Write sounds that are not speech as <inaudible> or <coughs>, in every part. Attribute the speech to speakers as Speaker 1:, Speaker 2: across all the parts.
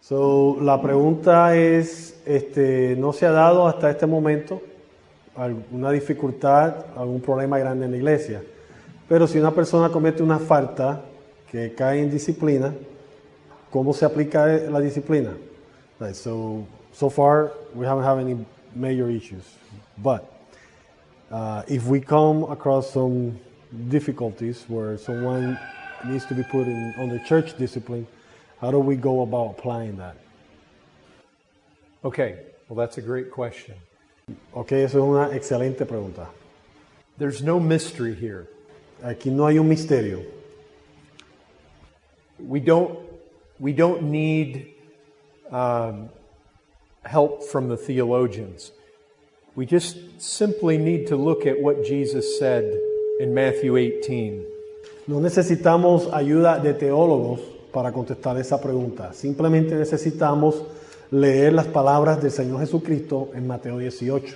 Speaker 1: So, la pregunta es, este, ¿no se ha dado hasta este momento alguna dificultad, algún problema grande en la iglesia? Pero si una persona comete una falta que cae en disciplina, ¿cómo se aplica la disciplina? Right, so, so far we haven't had any major issues, but uh, if we come across some difficulties where someone needs to be put in on the church discipline, how do we go about applying that?
Speaker 2: Okay, well, that's a great question.
Speaker 1: Ok, eso es una excelente pregunta.
Speaker 2: There's no mystery here.
Speaker 1: Aquí no hay un misterio.
Speaker 2: We don't, we don't need um, help from the theologians. We just simply need to look at what Jesus said in Matthew 18.
Speaker 1: No necesitamos ayuda de teólogos para contestar esa pregunta. Simplemente necesitamos leer las palabras del Señor Jesucristo en Mateo 18.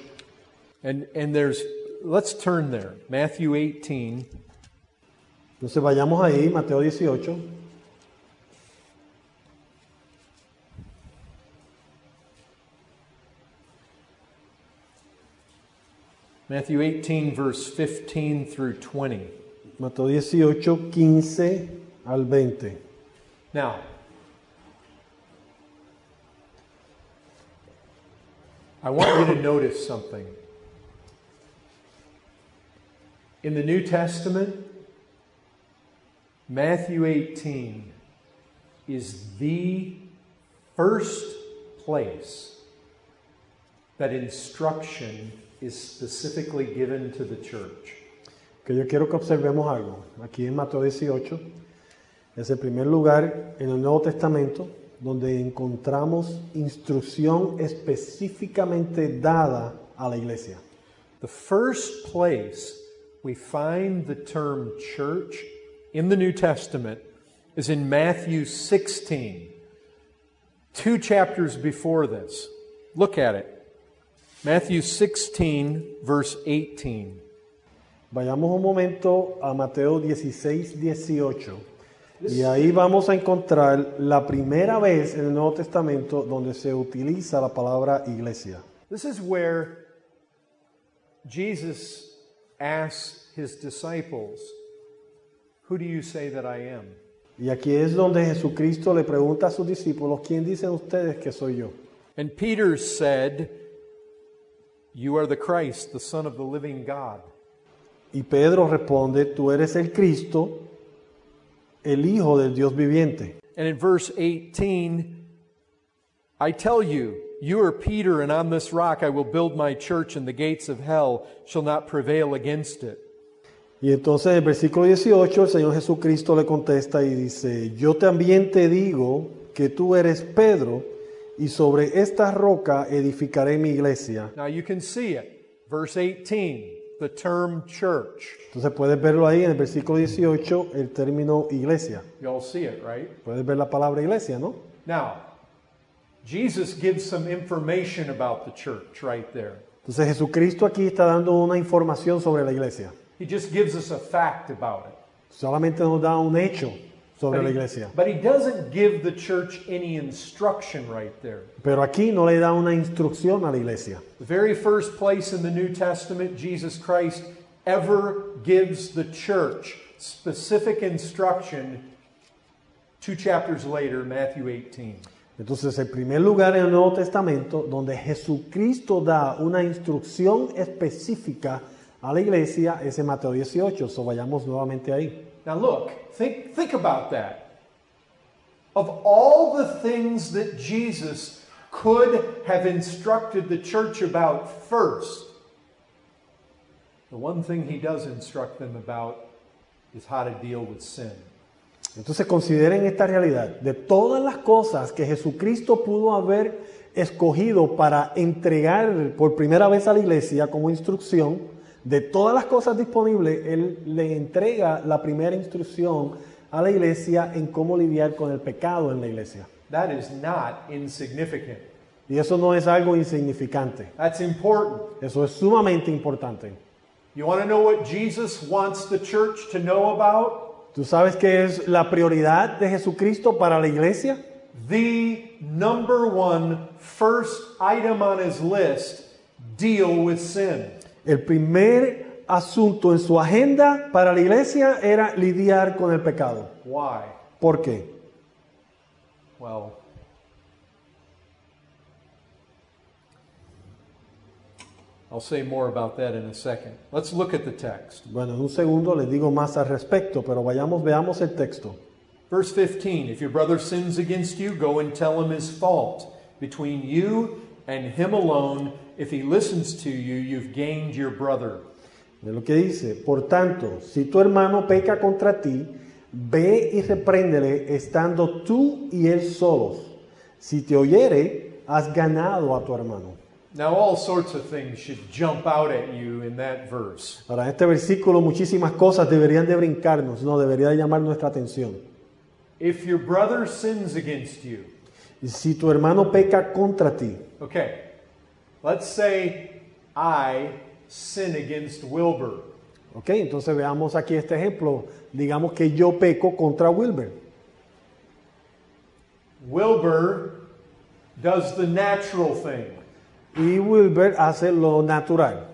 Speaker 2: And, and there's, let's turn there. Matthew 18,
Speaker 1: Entonces vayamos ahí, Mateo 18,
Speaker 2: Matthew 18, verse 15 through 20.
Speaker 1: Mateo 18, 15 al 20.
Speaker 2: Now, I want you to notice something. In the New Testament, Matthew 18 is the first place that instruction is specifically given to the church.
Speaker 1: Que yo quiero que observemos algo. Aquí en Mateo 18 es el primer lugar en el Nuevo Testamento donde encontramos instrucción específicamente dada a la iglesia.
Speaker 2: The first place we find the term church in the New Testament is in Matthew 16, two chapters before this. Look at it. Matthew 16, verse 18.
Speaker 1: Vayamos un momento a Mateo 16, 18. Y ahí vamos a encontrar la primera vez en el Nuevo Testamento donde se utiliza la palabra iglesia.
Speaker 2: This is where Jesus asks his disciples, Who do you say that I am?
Speaker 1: Y aquí es donde Jesucristo le pregunta a sus discípulos, ¿quién dicen ustedes que soy yo?
Speaker 2: And Peter said, You are the Christ, the Son of the living God.
Speaker 1: Y Pedro responde, tú eres el Cristo, el Hijo del Dios viviente.
Speaker 2: And in verse 18, I tell you, you are Peter, and on this rock I will build my church, and the gates of hell shall not prevail against it.
Speaker 1: Y entonces en el versículo 18 el Señor Jesucristo le contesta y dice, yo también te digo que tú eres Pedro, y sobre esta roca edificaré mi iglesia.
Speaker 2: Now you can see it. Verse 18, the term church.
Speaker 1: Entonces puedes verlo ahí en el versículo 18, el término iglesia.
Speaker 2: You all see it, right?
Speaker 1: Puedes ver la palabra iglesia, ¿no?
Speaker 2: Now, Jesus gives some information about the church right there.
Speaker 1: Entonces Jesucristo aquí está dando una información sobre la iglesia.
Speaker 2: He just gives us a fact about it.
Speaker 1: Solamente nos da un hecho sobre la
Speaker 2: But he-
Speaker 1: iglesia.
Speaker 2: but he doesn't give the church any instruction right there.
Speaker 1: Pero aquí no le da una instrucción a la iglesia.
Speaker 2: The very first place in the New Testament Jesus Christ ever gives the church specific instruction, two chapters later, Matthew 18.
Speaker 1: Entonces, el primer lugar en el Nuevo Testamento donde Jesucristo da una instrucción específica a la iglesia es en Mateo 18. So vayamos nuevamente ahí.
Speaker 2: Now look, think, think about that. Of all the things that Jesus could have instructed the church about first, the one thing he does instruct them about is how to deal with sin.
Speaker 1: Entonces, consideren esta realidad. De todas las cosas que Jesucristo pudo haber escogido para entregar por primera vez a la iglesia como instrucción, de todas las cosas disponibles, Él le entrega la primera instrucción a la iglesia en cómo lidiar con el pecado en la iglesia.
Speaker 2: That is not insignificant.
Speaker 1: Y eso no es algo insignificante.
Speaker 2: That's important.
Speaker 1: Eso es sumamente importante.
Speaker 2: You want to know what Jesus wants the church to know about?
Speaker 1: ¿Tú sabes qué es la prioridad de Jesucristo para la iglesia?
Speaker 2: The number one, first item on his list deal with sin.
Speaker 1: El primer asunto en su agenda para la iglesia era lidiar con el pecado.
Speaker 2: Why?
Speaker 1: ¿Por qué?
Speaker 2: Well, I'll say more about that in a second. Let's look at the text.
Speaker 1: Bueno, en un segundo les digo más al respecto, pero vayamos, veamos el texto.
Speaker 2: Verse 15 If your brother sins against you, go and tell him his fault. Between you and him alone, if he listens to you, you've gained your brother.
Speaker 1: De lo que dice, por tanto, si tu hermano peca contra ti, ve y repréndele estando tú y él solos. Si te oyere, has ganado a tu hermano.
Speaker 2: Now, all sorts of things should jump out at you in that verse.
Speaker 1: Ahora, en este versículo muchísimas cosas deberían de brincarnos, no, debería de llamar nuestra atención.
Speaker 2: If your brother sins against you,
Speaker 1: Y si tu hermano peca contra ti,
Speaker 2: okay, let's say I sin against Wilbur.
Speaker 1: ok, entonces veamos aquí este ejemplo. Digamos que yo peco contra Wilber.
Speaker 2: Wilbur does the natural thing.
Speaker 1: Y Wilber hace lo natural.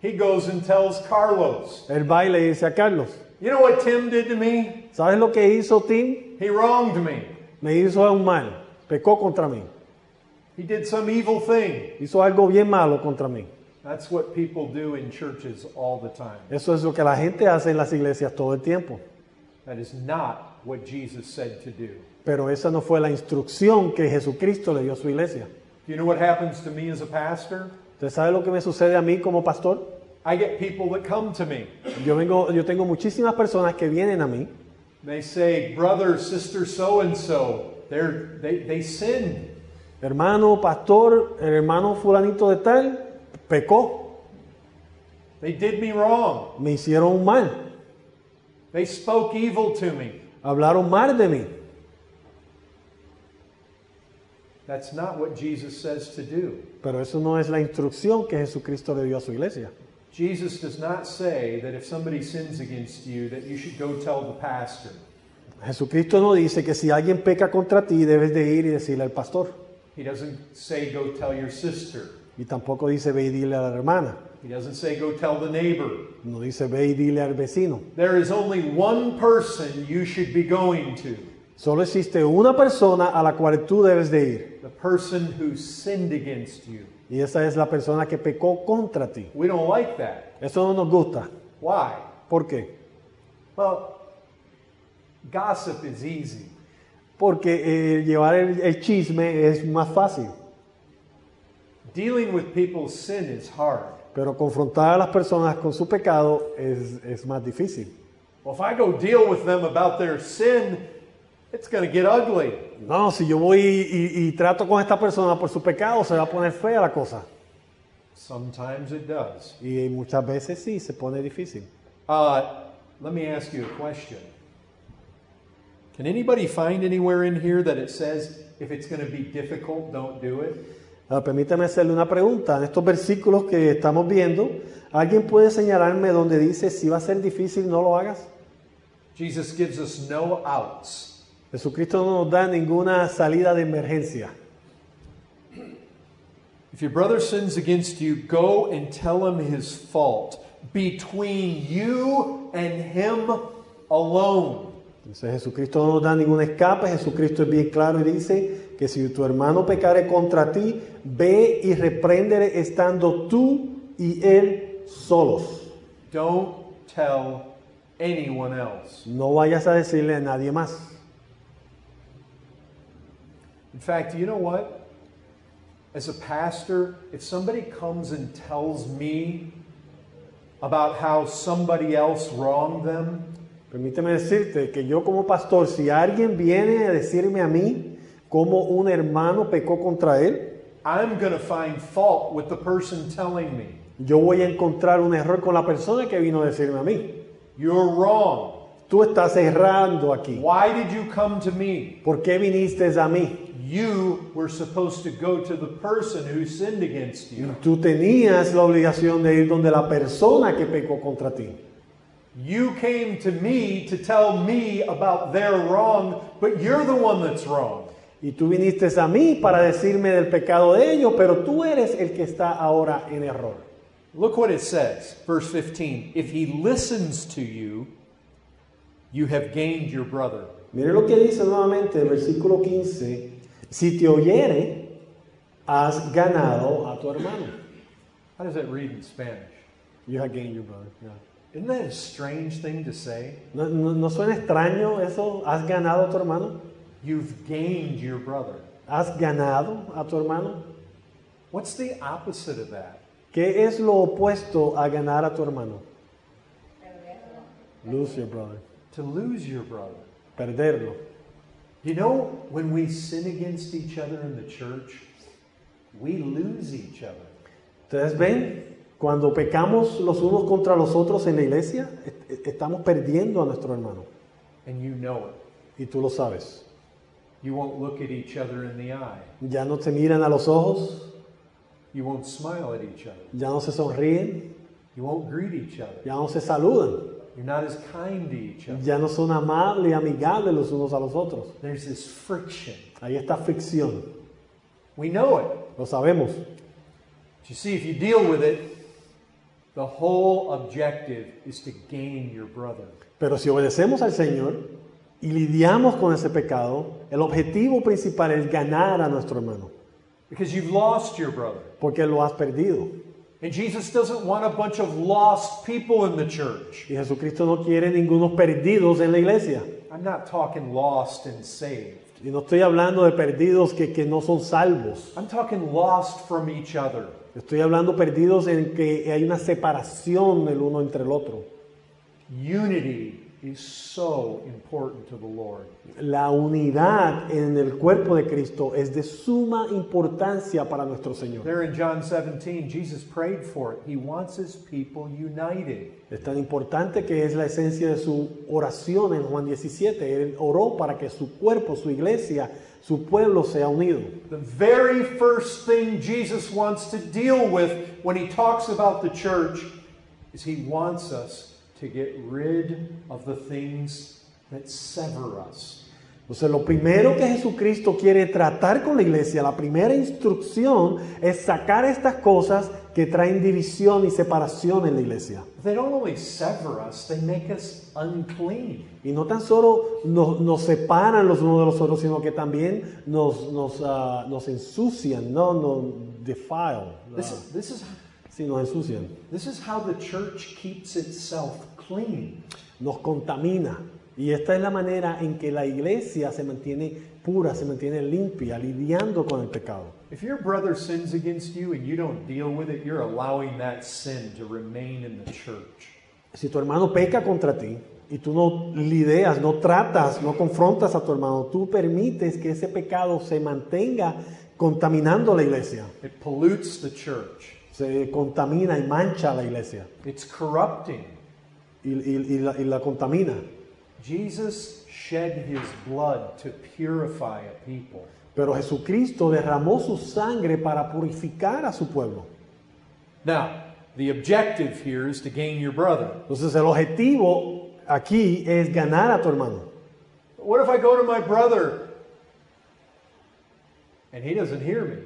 Speaker 2: He goes and tells Carlos,
Speaker 1: El baile dice a Carlos,
Speaker 2: You know what Tim did to me?
Speaker 1: ¿sabes lo que hizo Tim?
Speaker 2: He wronged me.
Speaker 1: Me hizo un mal, pecó contra mí,
Speaker 2: He did some evil thing.
Speaker 1: hizo algo bien malo contra mí.
Speaker 2: That's what people do in churches all the time.
Speaker 1: Eso es lo que la gente hace en las iglesias todo el tiempo.
Speaker 2: That is not what Jesus said to do.
Speaker 1: Pero esa no fue la instrucción que Jesucristo le dio a su iglesia.
Speaker 2: Do you know what happens to me as a pastor?
Speaker 1: ¿Usted sabe lo que me sucede a mí como pastor?
Speaker 2: I get people that come to me.
Speaker 1: Yo, vengo, yo tengo muchísimas personas que vienen a mí
Speaker 2: They say, Brother, sister, so and so, they they sinned.
Speaker 1: hermano, pastor, el hermano fulanito de tal, pecó,
Speaker 2: They did me wrong.
Speaker 1: me hicieron un mal,
Speaker 2: They spoke evil to me.
Speaker 1: hablaron mal de mí.
Speaker 2: That's not what Jesus says to do.
Speaker 1: Pero eso no es la instrucción que Jesucristo le dio a su iglesia.
Speaker 2: Jesus does not say that if somebody sins against you, that you should go tell the pastor.
Speaker 1: Jesucristo no dice que si alguien peca contra ti debes de ir y decirle al pastor.
Speaker 2: He doesn't say go tell your sister.
Speaker 1: Y tampoco dice ve y dile a la hermana.
Speaker 2: He doesn't say go tell the neighbor.
Speaker 1: No dice ve y dile al vecino.
Speaker 2: There is only one person you should be going to
Speaker 1: Solo existe una persona a la cual tú debes de ir.
Speaker 2: the person who sinned against you.
Speaker 1: Y esa es la persona que pecó contra ti.
Speaker 2: We don't like that.
Speaker 1: Eso no nos gusta.
Speaker 2: Why?
Speaker 1: ¿Por qué?
Speaker 2: Well, gossip is easy.
Speaker 1: Porque eh, llevar el, el chisme es más fácil.
Speaker 2: Dealing with people's sin is hard.
Speaker 1: Pero confrontar a las personas con su pecado es, es más difícil.
Speaker 2: Well, if I go deal with them about their sin, it's going to get ugly.
Speaker 1: No, si yo voy y, y- y trato con esta persona por su pecado, se va a poner fea la cosa.
Speaker 2: Sometimes it does.
Speaker 1: Y muchas veces sí, se pone difícil.
Speaker 2: Uh, let me ask you a question. Can anybody find anywhere in here that it says if it's going to be difficult, don't do it?
Speaker 1: Ahora, permítame hacerle una pregunta. En estos versículos que estamos viendo, ¿alguien puede señalarme donde dice si va a ser difícil, no lo hagas?
Speaker 2: Jesus gives us no outs.
Speaker 1: Jesucristo no nos da ninguna salida de emergencia.
Speaker 2: If your brother sins against you, go and tell him his fault between you and him alone.
Speaker 1: Entonces Jesucristo no nos da ningún escape. Jesucristo es bien claro y dice que si tu hermano pecare contra ti, ve y repréndele estando tú y él solos.
Speaker 2: Don't tell anyone else.
Speaker 1: No vayas a decirle a nadie más.
Speaker 2: In fact, you know what? As a pastor, if somebody comes and tells me about how somebody else wronged them,
Speaker 1: Permíteme decirte que yo como pastor, si alguien viene a decirme a mí cómo un hermano pecó contra él,
Speaker 2: I'm going to find fault with the person telling me.
Speaker 1: yo voy a encontrar un error con la persona que vino a decirme a mí.
Speaker 2: You're wrong.
Speaker 1: Tú estás errando aquí.
Speaker 2: Why did you come to me?
Speaker 1: ¿Por qué viniste a mí?
Speaker 2: You were supposed to go to the person who sinned against you.
Speaker 1: Tú tenías la obligación de ir donde la persona que pecó contra ti.
Speaker 2: You came to me to tell me about their wrong, but you're the one that's wrong.
Speaker 1: Y tú viniste a mí para decirme del pecado de ellos, pero tú eres el que está ahora en error.
Speaker 2: Look what it says, verse 15. If he listens to you, you have gained your brother.
Speaker 1: Mire lo que dice nuevamente el versículo 15. Si te oyere, has ganado a tu hermano.
Speaker 2: How does that read in Spanish?
Speaker 1: You have gained your brother. yeah.
Speaker 2: Isn't that a strange thing to say?
Speaker 1: ¿No, no, no suena extraño eso? ¿Has ganado a tu hermano?
Speaker 2: You've gained your brother.
Speaker 1: ¿Has ganado a tu hermano?
Speaker 2: What's the opposite of that?
Speaker 1: ¿Qué es lo opuesto a ganar a tu hermano? Lose your brother.
Speaker 2: To lose your brother.
Speaker 1: Perderlo.
Speaker 2: You know, when we sin against each other in the church, we lose each other.
Speaker 1: ¿Ustedes ven? Cuando pecamos los unos contra los otros en la iglesia, est- est- estamos perdiendo a nuestro hermano.
Speaker 2: And you know it.
Speaker 1: Y tú lo sabes.
Speaker 2: You won't look at each other in the eye.
Speaker 1: Ya no te miran a los ojos,
Speaker 2: You won't smile at each other.
Speaker 1: ya no se sonríen,
Speaker 2: You won't greet each other.
Speaker 1: ya no se saludan,
Speaker 2: You're not as kind to each other.
Speaker 1: ya no son amables y amigables los unos a los otros.
Speaker 2: There's this friction.
Speaker 1: Ahí está fricción.
Speaker 2: We know it.
Speaker 1: Lo sabemos.
Speaker 2: But you see, if you deal with it, the whole objective is to gain your brother.
Speaker 1: Pero si obedecemos al Señor y lidiamos con ese pecado, el objetivo principal es ganar a nuestro hermano,
Speaker 2: Because you've lost your brother.
Speaker 1: porque lo has perdido.
Speaker 2: And Jesus doesn't want a bunch of lost people in the church.
Speaker 1: Y Jesucristo no quiere ningunos perdidos en la iglesia.
Speaker 2: I'm not talking lost and saved.
Speaker 1: Y no estoy hablando de perdidos que, que no son salvos.
Speaker 2: I'm talking lost from each other.
Speaker 1: Estoy hablando perdidos en que hay una separación del uno entre el otro.
Speaker 2: Unity is so important to the Lord.
Speaker 1: La unidad en el cuerpo de Cristo es de suma importancia para nuestro Señor.
Speaker 2: There in John 17, Jesus prayed for it. He wants his people united.
Speaker 1: Es tan importante que es la esencia de su oración en Juan 17. Él oró para que su cuerpo, su iglesia, su pueblo sea unido.
Speaker 2: The very first thing Jesus wants to deal with when he talks about the church is he wants us to get rid of the things that sever us.
Speaker 1: Entonces, lo primero que Jesucristo quiere tratar con la iglesia, la primera instrucción es sacar estas cosas que traen división y separación en la iglesia.
Speaker 2: They don't only sever us, they make us unclean.
Speaker 1: Y no tan solo nos, nos separan los unos de los otros, sino que también nos, nos, ah, nos ensucian, no nos defile,
Speaker 2: This,
Speaker 1: ah,
Speaker 2: is, this, is,
Speaker 1: sí, nos ensucian,
Speaker 2: this is how the church keeps itself clean.
Speaker 1: nos contamina. Y esta es la manera en que la iglesia se mantiene pura, se mantiene limpia, lidiando con el pecado.
Speaker 2: If your brother sins against you and you don't deal with it, you're allowing that sin to remain in the church.
Speaker 1: Si tu hermano peca contra ti y tú no lideas, no tratas, no confrontas a tu hermano, tú permites que ese pecado se mantenga contaminando la iglesia,
Speaker 2: It pollutes the church.
Speaker 1: se contamina y mancha la iglesia
Speaker 2: It's corrupting.
Speaker 1: y, y- y la, y la contamina.
Speaker 2: Jesus shed his blood to purify a people.
Speaker 1: Pero Jesucristo derramó su sangre para purificar a su pueblo.
Speaker 2: Now, the objective here is to gain your brother.
Speaker 1: Entonces el objetivo aquí es ganar a tu hermano.
Speaker 2: What if I go to my brother and he doesn't hear me?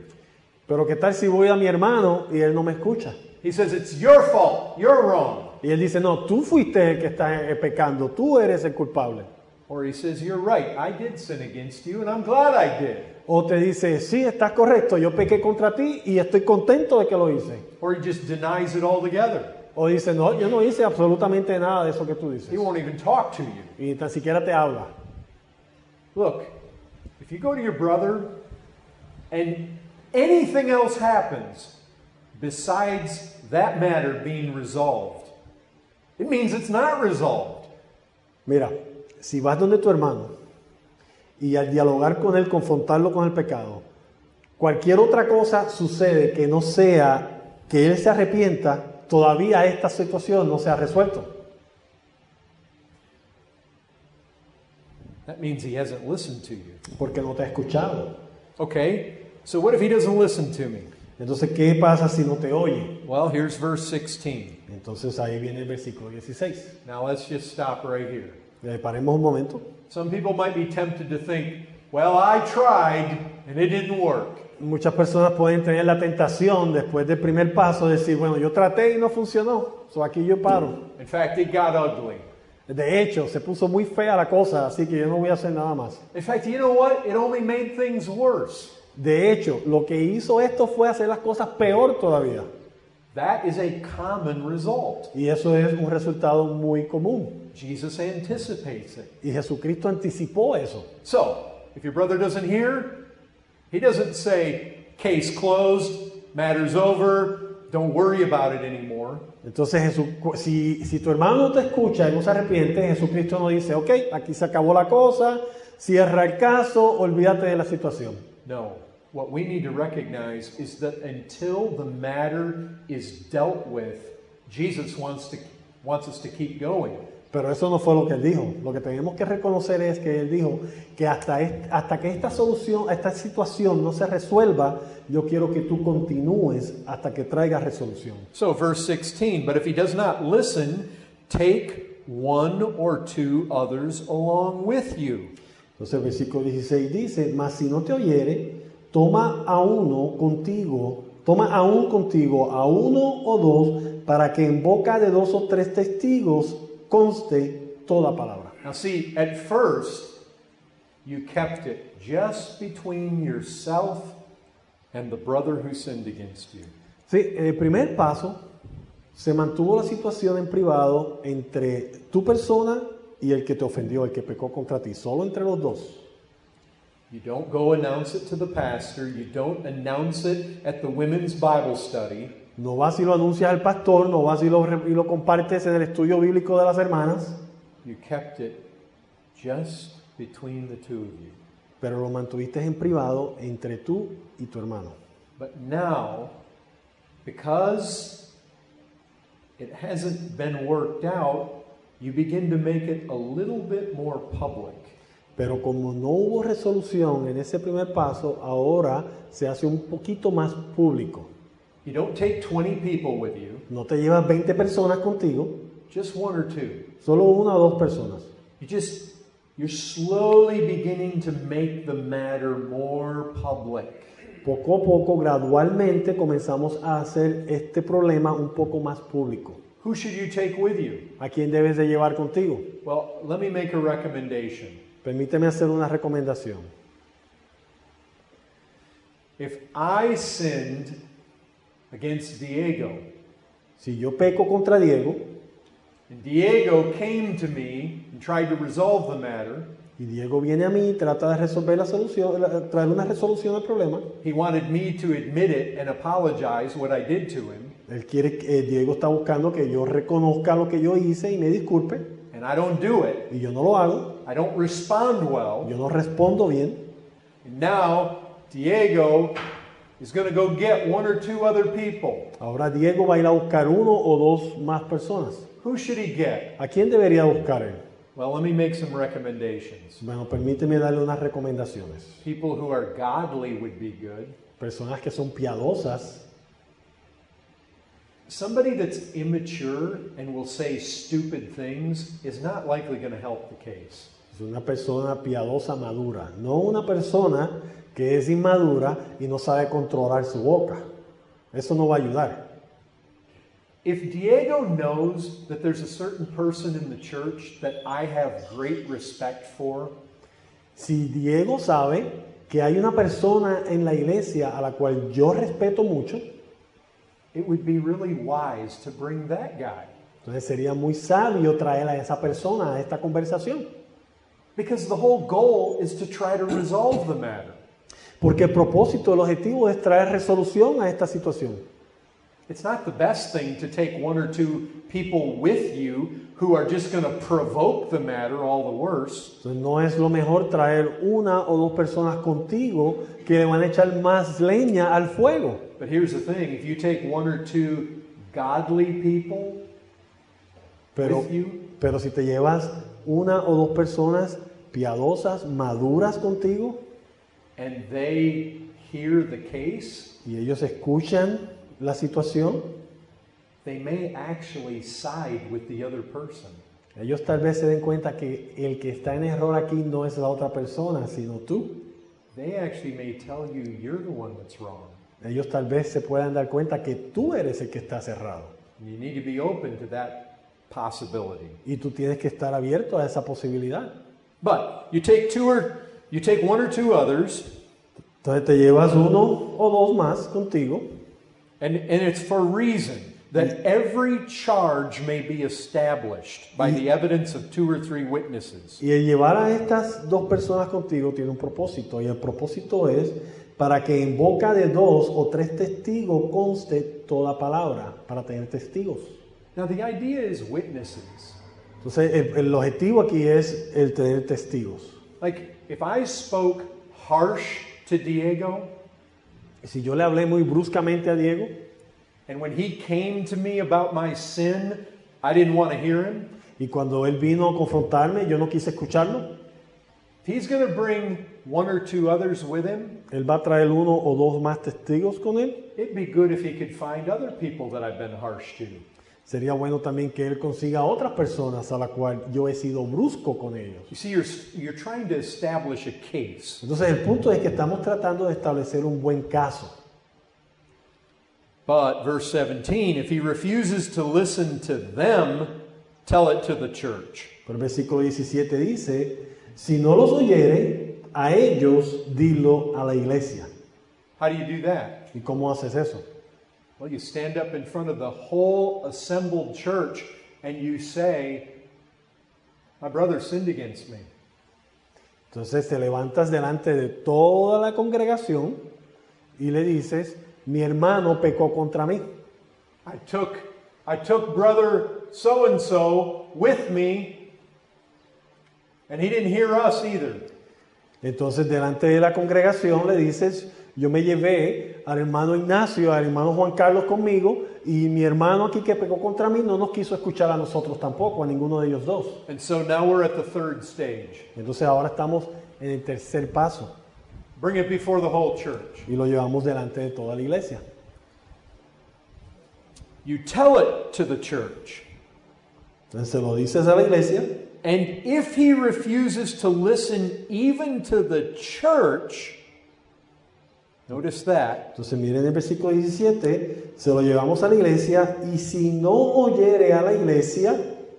Speaker 1: Pero ¿qué tal si voy a mi hermano y él no me escucha?
Speaker 2: He says, It's your fault. You're wrong.
Speaker 1: Y él dice, no, tú fuiste el que está eh, pecando, tú eres el culpable.
Speaker 2: Or he says, You're right. I did sin against you and I'm glad I did.
Speaker 1: O te dice, sí, estás correcto, yo pequé contra ti y estoy contento de que lo hice.
Speaker 2: Or he just denies it altogether.
Speaker 1: O dice, no, yo no hice absolutamente nada de eso que tú
Speaker 2: He
Speaker 1: dices.
Speaker 2: won't even talk to you.
Speaker 1: Y ni tan siquiera te habla.
Speaker 2: Look, if you go to your brother and anything else happens besides that matter being resolved, it means it's not resolved.
Speaker 1: Mira, si vas donde tu hermano y al dialogar con él, confrontarlo con el pecado, cualquier otra cosa sucede que no sea que él se arrepienta, todavía esta situación no se ha resuelto.
Speaker 2: That means he hasn't listened to you.
Speaker 1: Porque no te ha escuchado.
Speaker 2: Okay, so what if he doesn't listen to me?
Speaker 1: Entonces, ¿qué pasa si no te oye?
Speaker 2: Well, here's verse 16.
Speaker 1: Entonces ahí viene el versículo 16.
Speaker 2: Now let's just stop right here.
Speaker 1: Le paremos un momento.
Speaker 2: Some people might be tempted to think, Well, I tried and it didn't work.
Speaker 1: Muchas personas pueden tener la tentación después del primer paso de decir, bueno, yo traté y no funcionó, so aquí yo paro.
Speaker 2: In fact, it got ugly.
Speaker 1: De hecho, se puso muy fea la cosa, así que yo no voy a hacer nada más.
Speaker 2: In fact, you know what? It only made things worse.
Speaker 1: De hecho, lo que hizo esto fue hacer las cosas peor todavía.
Speaker 2: That is a common result.
Speaker 1: Y eso es un resultado muy común.
Speaker 2: Jesus anticipates it.
Speaker 1: Y Jesucristo anticipó eso.
Speaker 2: So, if your brother doesn't hear, he doesn't say, case closed, matter's over, don't worry about it anymore.
Speaker 1: Entonces, Jesu- si, si tu hermano no te escucha y no se arrepiente, Jesucristo no dice, ok, aquí se acabó la cosa, cierra el caso, olvídate de la situación.
Speaker 2: No. What we need to recognize is that until the matter is dealt with, Jesus wants to wants us to keep going.
Speaker 1: Pero eso no fue lo que él dijo. Lo que tenemos que reconocer es que él dijo que hasta, est- hasta que esta solución, esta situación no se resuelva, yo quiero que tú continúes hasta que traigas resolución.
Speaker 2: So verse 16, but if he does not listen, take one or two others along with you.
Speaker 1: Entonces el versículo 16 dice, mas si no te oyere, toma a uno contigo, toma aún contigo a uno o dos, para que en boca de dos o tres testigos conste toda palabra.
Speaker 2: Now see, at first you kept it just between yourself and the brother who sinned against you.
Speaker 1: Sí, en el primer paso se mantuvo la situación en privado entre tu persona y el que te ofendió, el que pecó contra ti, solo entre los dos.
Speaker 2: You don't go announce it to the pastor. You don't announce it at the women's Bible study.
Speaker 1: No vas y lo anuncias al pastor, no vas y lo, re- y lo compartes en el estudio bíblico de las hermanas.
Speaker 2: You kept it just between the two of you.
Speaker 1: pero lo mantuviste en privado entre tú y tu hermano.
Speaker 2: But now, because it hasn't been worked out, you begin to make it a little bit more public.
Speaker 1: Pero como no hubo resolución en ese primer paso, ahora se hace un poquito más público.
Speaker 2: You don't take 20 people with you,
Speaker 1: No te llevas 20 personas contigo,
Speaker 2: just one or two.
Speaker 1: solo una o dos personas.
Speaker 2: You just you're slowly beginning to make the matter more public.
Speaker 1: Poco a poco, gradualmente, comenzamos a hacer este problema un poco más público.
Speaker 2: Who should you take with you?
Speaker 1: ¿A quién debes de llevar contigo?
Speaker 2: Well, let me make a recommendation.
Speaker 1: Permíteme hacer una recomendación.
Speaker 2: If I sinned against Diego,
Speaker 1: Si yo peco contra Diego
Speaker 2: and Diego came to me and tried to resolve the matter,
Speaker 1: y Diego viene a mí y trata de resolver la solución, la- traer una resolución al problema,
Speaker 2: he wanted me to admit it and apologize what I did to him,
Speaker 1: Él quiere, que- eh, Diego está buscando que yo reconozca lo que yo hice y me disculpe,
Speaker 2: and I don't do it.
Speaker 1: y yo no lo hago,
Speaker 2: I don't respond well.
Speaker 1: yo no respondo bien.
Speaker 2: And now Diego is going to go get one or two other people.
Speaker 1: Ahora Diego va a ir a buscar uno o dos más personas.
Speaker 2: Who should he get?
Speaker 1: ¿A quién debería buscar él?
Speaker 2: Well, let me make some recommendations.
Speaker 1: Bueno, permíteme darle unas recomendaciones.
Speaker 2: People who are godly would be good.
Speaker 1: Personas que son piadosas,
Speaker 2: Somebody that's immature and will say stupid things is not likely going to help the case.
Speaker 1: es una persona piadosa madura, no una persona que es inmadura y no sabe controlar su boca. Eso no va a ayudar.
Speaker 2: If Diego knows that there's a certain person in the church that I have great respect for,
Speaker 1: Si Diego sabe que hay una persona en la iglesia a la cual yo respeto mucho,
Speaker 2: it would be really wise to bring that guy.
Speaker 1: entonces sería muy sabio traer a esa persona a esta conversación.
Speaker 2: Because the whole goal is to try to resolve the matter.
Speaker 1: Porque el propósito, el objetivo es traer resolución a esta situación.
Speaker 2: It's not the best thing to take one or two people with you who are just going to provoke the matter all the worse.
Speaker 1: Entonces no es lo mejor traer una o dos personas contigo que le van a echar más leña al fuego.
Speaker 2: But here's the thing if you take one or two godly people,
Speaker 1: Pero,
Speaker 2: With you.
Speaker 1: pero si te llevas una o dos personas piadosas, maduras contigo,
Speaker 2: and they hear the case,
Speaker 1: y ellos escuchan la situación,
Speaker 2: they may actually side with the other person.
Speaker 1: Ellos tal vez se den cuenta que el que está en error aquí no es la otra persona, sino tú.
Speaker 2: They actually may tell you you're the one that's wrong.
Speaker 1: Ellos tal vez se puedan dar cuenta que tú eres el que está cerrado.
Speaker 2: You need to be open to that possibility.
Speaker 1: Y tú tienes que estar abierto a esa posibilidad.
Speaker 2: But you take two or you take one or two others,
Speaker 1: Entonces te llevas uno o dos más contigo
Speaker 2: and, and it's for reason that every charge may be established by the evidence of two or three witnesses.
Speaker 1: y el llevar a estas dos personas contigo tiene un propósito y el propósito es para que en boca de dos o tres testigos conste toda palabra, para tener testigos.
Speaker 2: Now the idea is witnesses.
Speaker 1: Entonces el, el objetivo aquí es el tener testigos.
Speaker 2: Like if I spoke harsh to Diego
Speaker 1: Si yo le hablé muy bruscamente a Diego
Speaker 2: and when he came to me about my sin, I didn't want to hear him.
Speaker 1: y cuando él vino a confrontarme yo no quise escucharlo,
Speaker 2: If he's going to bring one or two others with him,
Speaker 1: él va a traer uno o dos más testigos con él.
Speaker 2: it'd be good if he could find other people that I've been harsh to.
Speaker 1: Sería bueno también que él consiga otras personas a la cual yo he sido brusco con ellos.
Speaker 2: You see, you're, you're trying to establish a case,
Speaker 1: Entonces el punto es que estamos tratando de establecer un buen caso.
Speaker 2: but verse 17, if he refuses to listen to them, tell it to the church.
Speaker 1: Pero el versículo 17 dice, si no los oyeren, a ellos dilo a la iglesia.
Speaker 2: How do you do that?
Speaker 1: ¿Y cómo haces eso?
Speaker 2: Well, you stand up in front of the whole assembled church and you say, My brother sinned against me.
Speaker 1: Entonces te levantas delante de toda la congregación y le dices, mi hermano pecó contra mí.
Speaker 2: I took, I took brother so and so with me, and he didn't hear us either.
Speaker 1: Entonces delante de la congregación le dices, yo me llevé al hermano Ignacio, al hermano Juan Carlos conmigo y mi hermano aquí que pecó contra mí no nos quiso escuchar a nosotros tampoco, a ninguno de ellos dos.
Speaker 2: And so now we're at the third stage.
Speaker 1: Entonces ahora estamos en el tercer paso
Speaker 2: Bring it before the whole church.
Speaker 1: y lo llevamos delante de toda la iglesia.
Speaker 2: You tell it to the church.
Speaker 1: Entonces se lo dices a la iglesia
Speaker 2: And if he refuses to listen even to the church, notice that,
Speaker 1: Entonces miren el versículo 17, se lo llevamos a la iglesia y si no oyere a la iglesia,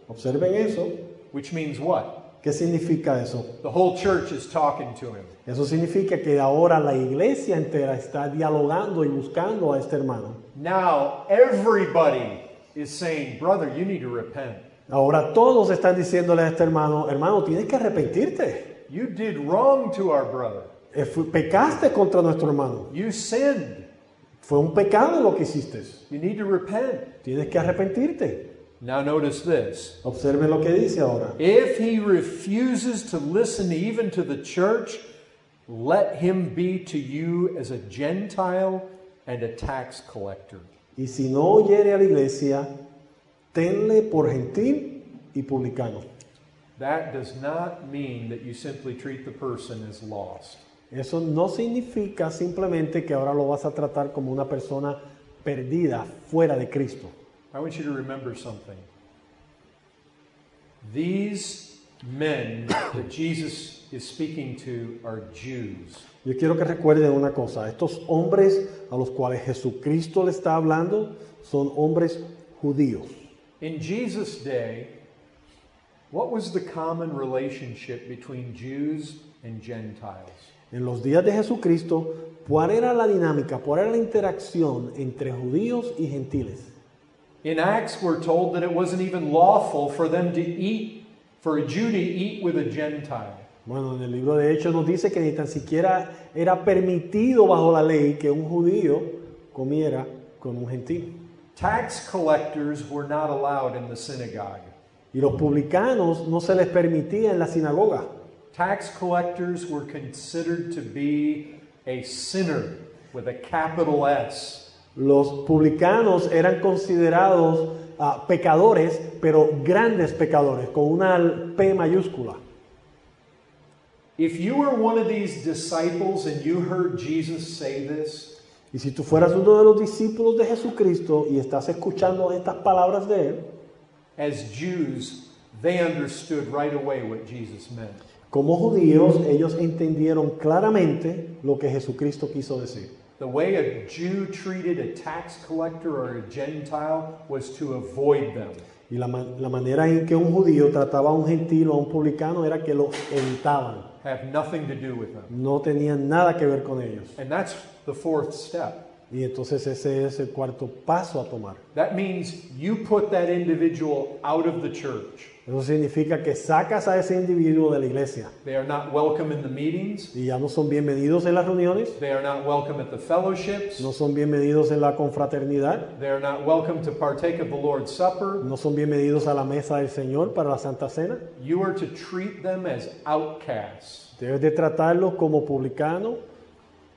Speaker 1: observen eso,
Speaker 2: which means what?
Speaker 1: ¿qué significa eso?
Speaker 2: The whole church is talking to him.
Speaker 1: Eso significa que ahora la iglesia entera está dialogando y buscando a este hermano.
Speaker 2: Now everybody is saying, Brother, you need to repent.
Speaker 1: Ahora todos están diciéndole a este hermano, hermano, tienes que arrepentirte.
Speaker 2: You did wrong to our brother.
Speaker 1: Eh, fu- Pecaste contra nuestro hermano.
Speaker 2: You sinned.
Speaker 1: Fue un pecado lo que hiciste.
Speaker 2: You need to repent.
Speaker 1: Tienes que arrepentirte.
Speaker 2: Now notice this.
Speaker 1: Observe lo que dice ahora.
Speaker 2: If he refuses to listen even to the church, let him be to you as a Gentile and a tax collector.
Speaker 1: Y si no oyere a la iglesia, tenle por gentil y publicano.
Speaker 2: That does not mean that you simply treat the person as lost.
Speaker 1: Eso no significa simplemente que ahora lo vas a tratar como una persona perdida, fuera de Cristo.
Speaker 2: I want you to remember something. These men that Jesus is speaking to are Jews.
Speaker 1: Yo quiero que recuerden una cosa. Estos hombres a los cuales Jesucristo le está hablando son hombres judíos.
Speaker 2: In Jesus' day, what was the common relationship between Jews and Gentiles?
Speaker 1: En los días de Jesucristo, ¿cuál era la dinámica, cuál era la interacción entre judíos y gentiles?
Speaker 2: In Acts, we're told that it wasn't even lawful for them to eat, for a Jew to eat with a Gentile.
Speaker 1: Bueno, en el libro de Hechos nos dice que ni tan siquiera era permitido bajo la ley que un judío comiera con un gentil.
Speaker 2: Tax collectors were not allowed in the synagogue.
Speaker 1: Y los publicanos no se les permitía en la sinagoga.
Speaker 2: Tax collectors were considered to be a sinner with a capital S.
Speaker 1: Los publicanos eran considerados ah, pecadores, pero grandes pecadores, con una P mayúscula.
Speaker 2: If you were one of these disciples and you heard Jesus say this,
Speaker 1: Y si tú fueras uno de los discípulos de Jesucristo y estás escuchando estas palabras de él,
Speaker 2: As Jews, they understood right away what Jesus meant.
Speaker 1: Como judíos, ellos entendieron claramente lo que Jesucristo quiso decir.
Speaker 2: The way a Jew treated a tax collector or a Gentile was to avoid them.
Speaker 1: Y la, ma- la manera en que un judío trataba a un gentil o a un publicano era que lo evitaban.
Speaker 2: have nothing to do with them.
Speaker 1: No tenían nada que ver con ellos.
Speaker 2: And that's the fourth step.
Speaker 1: Y entonces ese es el cuarto paso a tomar.
Speaker 2: That means you put that individual out of the church.
Speaker 1: Eso significa que sacas a ese individuo de la iglesia
Speaker 2: They are not welcome in the meetings,
Speaker 1: y ya no son bienvenidos en las reuniones,
Speaker 2: they are not welcome at the fellowships,
Speaker 1: no son bienvenidos en la confraternidad,
Speaker 2: they are not welcome to partake of the Lord's Supper.
Speaker 1: no son bienvenidos a la mesa del Señor para la Santa Cena.
Speaker 2: You are to treat them as outcasts.
Speaker 1: Debes de tratarlos como publicano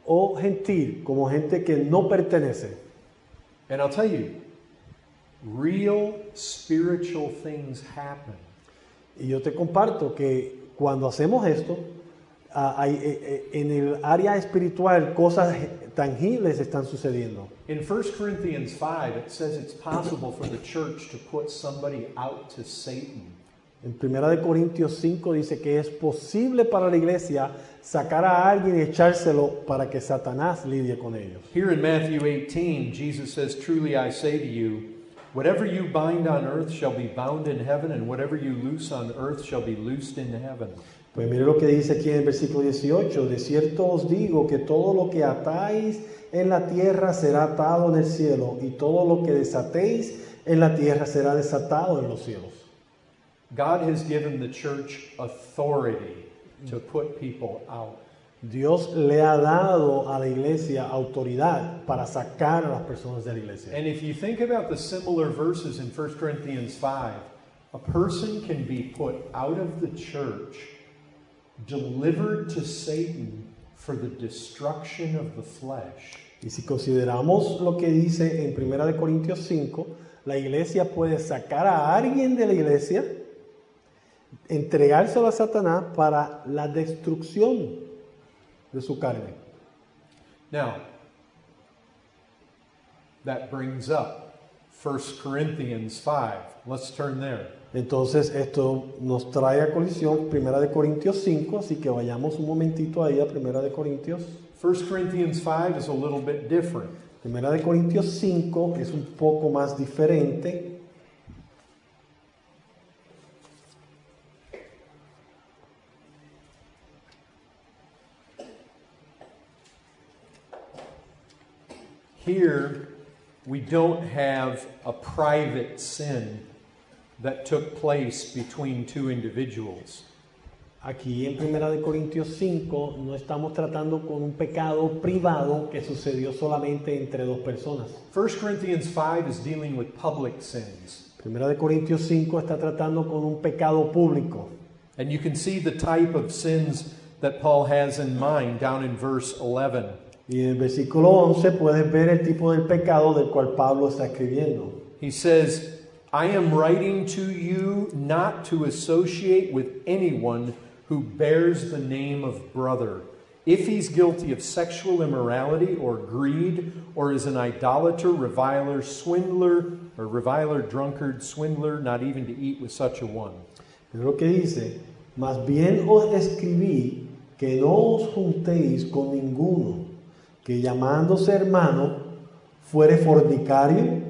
Speaker 1: o gentil, como gente que no pertenece.
Speaker 2: And I'll tell you, real spiritual things happen.
Speaker 1: Y yo te comparto que cuando hacemos esto, ah, hay, eh, eh, en el área espiritual cosas tangibles están sucediendo.
Speaker 2: In 1 Corinthians 5, it says it's possible for the church to put somebody out to Satan.
Speaker 1: En 1 Corintios 5 dice que es posible para la iglesia sacar a alguien y echárselo para que Satanás lidie con ellos.
Speaker 2: Here in Matthew 18, Jesus says, Truly I say to you, whatever you bind on earth shall be bound in heaven, and whatever you loose on earth shall be loosed in heaven.
Speaker 1: Pues mire lo que dice aquí en el versículo 18, de cierto os digo que todo lo que atáis en la tierra será atado en el cielo y todo lo que desatéis en la tierra será desatado en los cielos.
Speaker 2: God has given the church authority to put people out.
Speaker 1: Dios le ha dado a la iglesia autoridad para sacar a las personas de la iglesia.
Speaker 2: And if you think about the similar verses in 1 Corinthians 5, a person can be put out of the church, delivered to Satan for the destruction of the flesh.
Speaker 1: Y si consideramos lo que dice en 1 de Corintios 5, la iglesia puede sacar a alguien de la iglesia, entregárselo a Satanás para la destrucción de su carne.
Speaker 2: Now, that brings up 1 Corinthians 5. Let's turn there.
Speaker 1: Entonces esto nos trae a colisión 1 de Corintios 5, así que vayamos un momentito ahí a 1 de Corintios.
Speaker 2: 1 Corinthians 5 is a little bit different.
Speaker 1: 1 de Corintios 5 es un poco más diferente.
Speaker 2: Here, we don't have a private sin that took place between two individuals.
Speaker 1: Aquí en 1 de Corintios 5 no estamos tratando con un pecado privado que sucedió solamente entre dos personas.
Speaker 2: 1 Corinthians 5 is dealing with public sins.
Speaker 1: 1 de Corintios 5 está tratando con un pecado público.
Speaker 2: And you can see the type of sins that Paul has in mind down in verse 11.
Speaker 1: Y en el versículo 11 puedes ver el tipo del pecado del cual Pablo está escribiendo.
Speaker 2: He says, I am writing to you not to associate with anyone who bears the name of brother. If he's guilty of sexual immorality or greed, or is an idolater, reviler, swindler, or reviler, drunkard, swindler, not even to eat with such a one.
Speaker 1: Es lo que dice, más bien os escribí que no os juntéis con ninguno que llamándose hermano fuere fornicario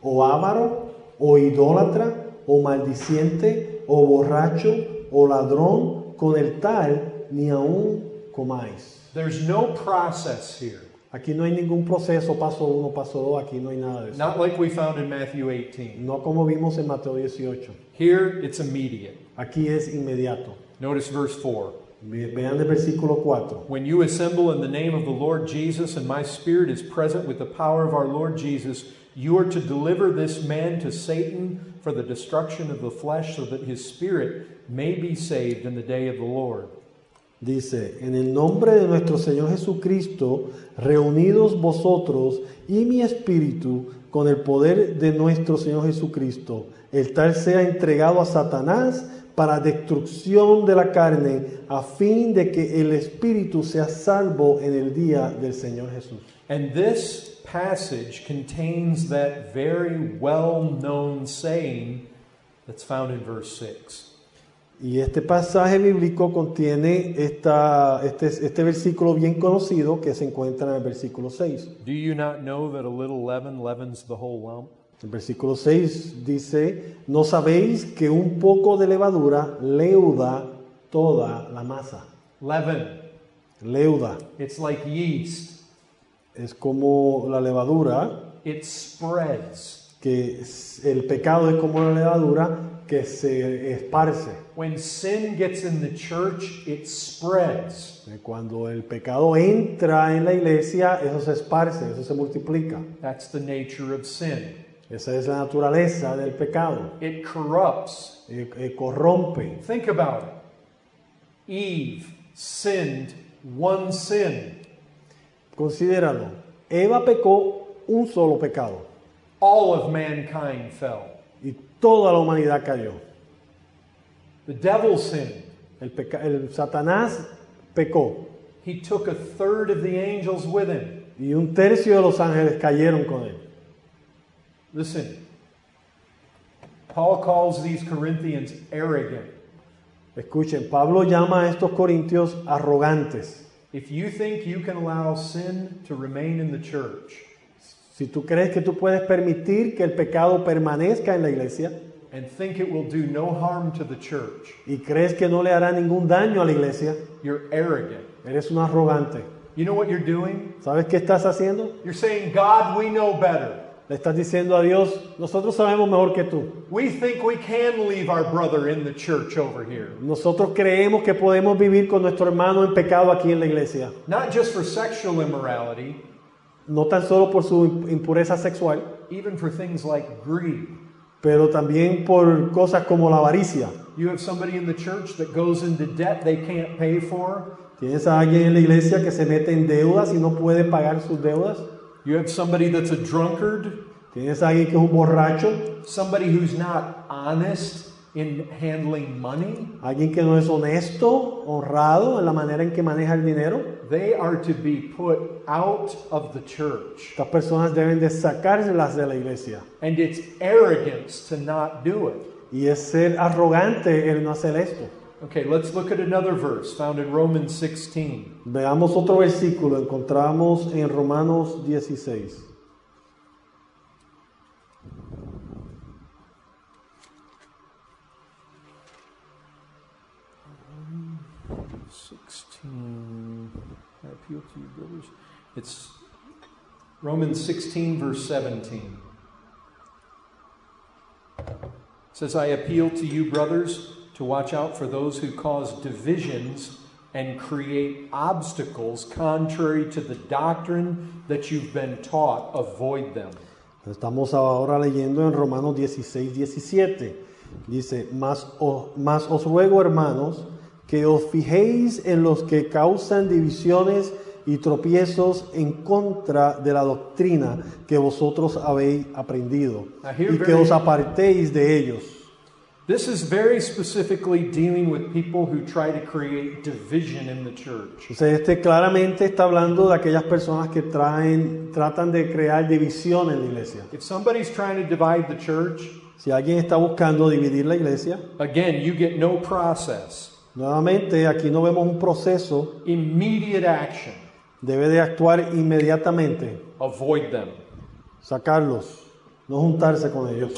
Speaker 1: o avaro o idólatra o maldiciente o borracho o ladrón con el tal ni aún comáis.
Speaker 2: There's no process here,
Speaker 1: Aquí no hay ningún proceso, paso uno, paso dos, aquí no hay nada de eso.
Speaker 2: not like we found in Matthew 18.
Speaker 1: No como vimos en Mateo 18.
Speaker 2: Here, it's immediate.
Speaker 1: Aquí es inmediato.
Speaker 2: Notice verse 4.
Speaker 1: Ve- Vean el versículo 4.
Speaker 2: When you assemble in the name of the Lord Jesus, and my spirit is present with the power of our Lord Jesus, you are to deliver this man to Satan for the destruction of the flesh, so that his spirit may be saved in the day of the Lord.
Speaker 1: Dice, en el nombre de nuestro Señor Jesucristo, reunidos vosotros y mi espíritu con el poder de nuestro Señor Jesucristo, el tal sea entregado a Satanás para destrucción de la carne, a fin de que el espíritu sea salvo en el día del Señor Jesús.
Speaker 2: And this passage contains that very well known saying that's found in verse 6.
Speaker 1: Y este pasaje bíblico contiene esta, este, este versículo bien conocido que se encuentra en el versículo 6.
Speaker 2: Do you not know that a little leaven leavens the whole lump?
Speaker 1: El versículo 6 dice, no sabéis que un poco de levadura leuda toda la masa.
Speaker 2: Leaven.
Speaker 1: Leuda.
Speaker 2: It's like yeast.
Speaker 1: Es como la levadura,
Speaker 2: It spreads.
Speaker 1: que es- el pecado es como la levadura que se esparce.
Speaker 2: When sin gets in the church, it spreads.
Speaker 1: Cuando el pecado entra en la iglesia, eso se esparce, eso se multiplica.
Speaker 2: That's the nature of sin.
Speaker 1: Esa es la naturaleza del pecado.
Speaker 2: It corrupts.
Speaker 1: Eh, eh, corrompe.
Speaker 2: Think about it. Eve sinned one sin.
Speaker 1: Considéralo. Eva pecó un solo pecado
Speaker 2: All of mankind fell.
Speaker 1: y toda la humanidad cayó.
Speaker 2: The devil sinned.
Speaker 1: El, peca- el Satanás pecó
Speaker 2: He took a third of the angels with him.
Speaker 1: y un tercio de los ángeles cayeron con él.
Speaker 2: Listen, Paul calls these Corinthians arrogant.
Speaker 1: Escuchen, Pablo llama a estos corintios arrogantes.
Speaker 2: If you think you can allow sin to remain in the church
Speaker 1: Si tú crees que tú puedes permitir que el pecado permanezca en la iglesia
Speaker 2: and think it will do no harm to the church,
Speaker 1: y crees que no le hará ningún daño a la iglesia,
Speaker 2: you're arrogant.
Speaker 1: eres un arrogante.
Speaker 2: You know what you're doing?
Speaker 1: ¿Sabes qué estás haciendo?
Speaker 2: You're saying, God, we know better.
Speaker 1: Le estás diciendo a Dios, nosotros sabemos mejor que tú.
Speaker 2: We think we can leave our brother in the church over here.
Speaker 1: Nosotros creemos que podemos vivir con nuestro hermano en pecado aquí en la iglesia,
Speaker 2: Not just for sexual immorality,
Speaker 1: no tan solo por su imp- impureza sexual,
Speaker 2: even for things like greed.
Speaker 1: pero también por cosas como la avaricia.
Speaker 2: You have somebody in the church that goes into debt they can't pay for.
Speaker 1: Tienes a alguien en la iglesia que se mete en deudas y no puede pagar sus deudas.
Speaker 2: You have somebody that's a drunkard,
Speaker 1: Tienes a alguien que es un borracho,
Speaker 2: somebody who's not honest in handling money.
Speaker 1: alguien que no es honesto, honrado en la manera en que maneja el dinero.
Speaker 2: They are to be put out of the church.
Speaker 1: Estas personas deben de sacárselas de la iglesia.
Speaker 2: And it's arrogance to not do it.
Speaker 1: Y es ser arrogante el no hacer esto.
Speaker 2: Okay, let's look at another verse found in Romans 16.
Speaker 1: Veamos otro versículo, encontramos en Romanos 16.
Speaker 2: I appeal to you, brothers. It's Romans 16, verse 17. It says, I appeal to you, brothers, to watch out for those who cause divisions and create obstacles contrary to the doctrine that you've been taught. Avoid them.
Speaker 1: Estamos ahora leyendo en Romanos 16, 17. Dice, mas os, mas os ruego hermanos que os fijéis en los que causan divisiones y tropiezos en contra de la doctrina que vosotros habéis aprendido
Speaker 2: Now here
Speaker 1: y que
Speaker 2: very-
Speaker 1: os apartéis de ellos.
Speaker 2: This is very specifically dealing with people who try to create division in the church.
Speaker 1: Entonces este claramente está hablando de aquellas personas que traen, tratan de crear división en la iglesia.
Speaker 2: If somebody's trying to divide the church,
Speaker 1: Si alguien está buscando dividir la iglesia,
Speaker 2: again, you get no process.
Speaker 1: nuevamente aquí no vemos un proceso
Speaker 2: immediate action.
Speaker 1: Debe de actuar inmediatamente,
Speaker 2: Avoid them.
Speaker 1: sacarlos, no juntarse con ellos.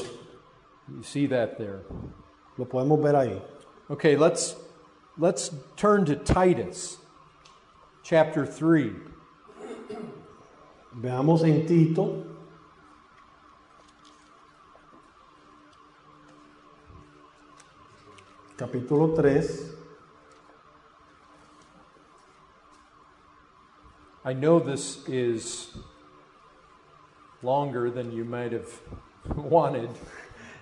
Speaker 2: You see that there.
Speaker 1: Lo podemos ver ahí.
Speaker 2: Okay, let's let's turn to Titus chapter 3.
Speaker 1: Veamos en Tito, capítulo 3.
Speaker 2: I know this is longer than you might have <laughs> wanted,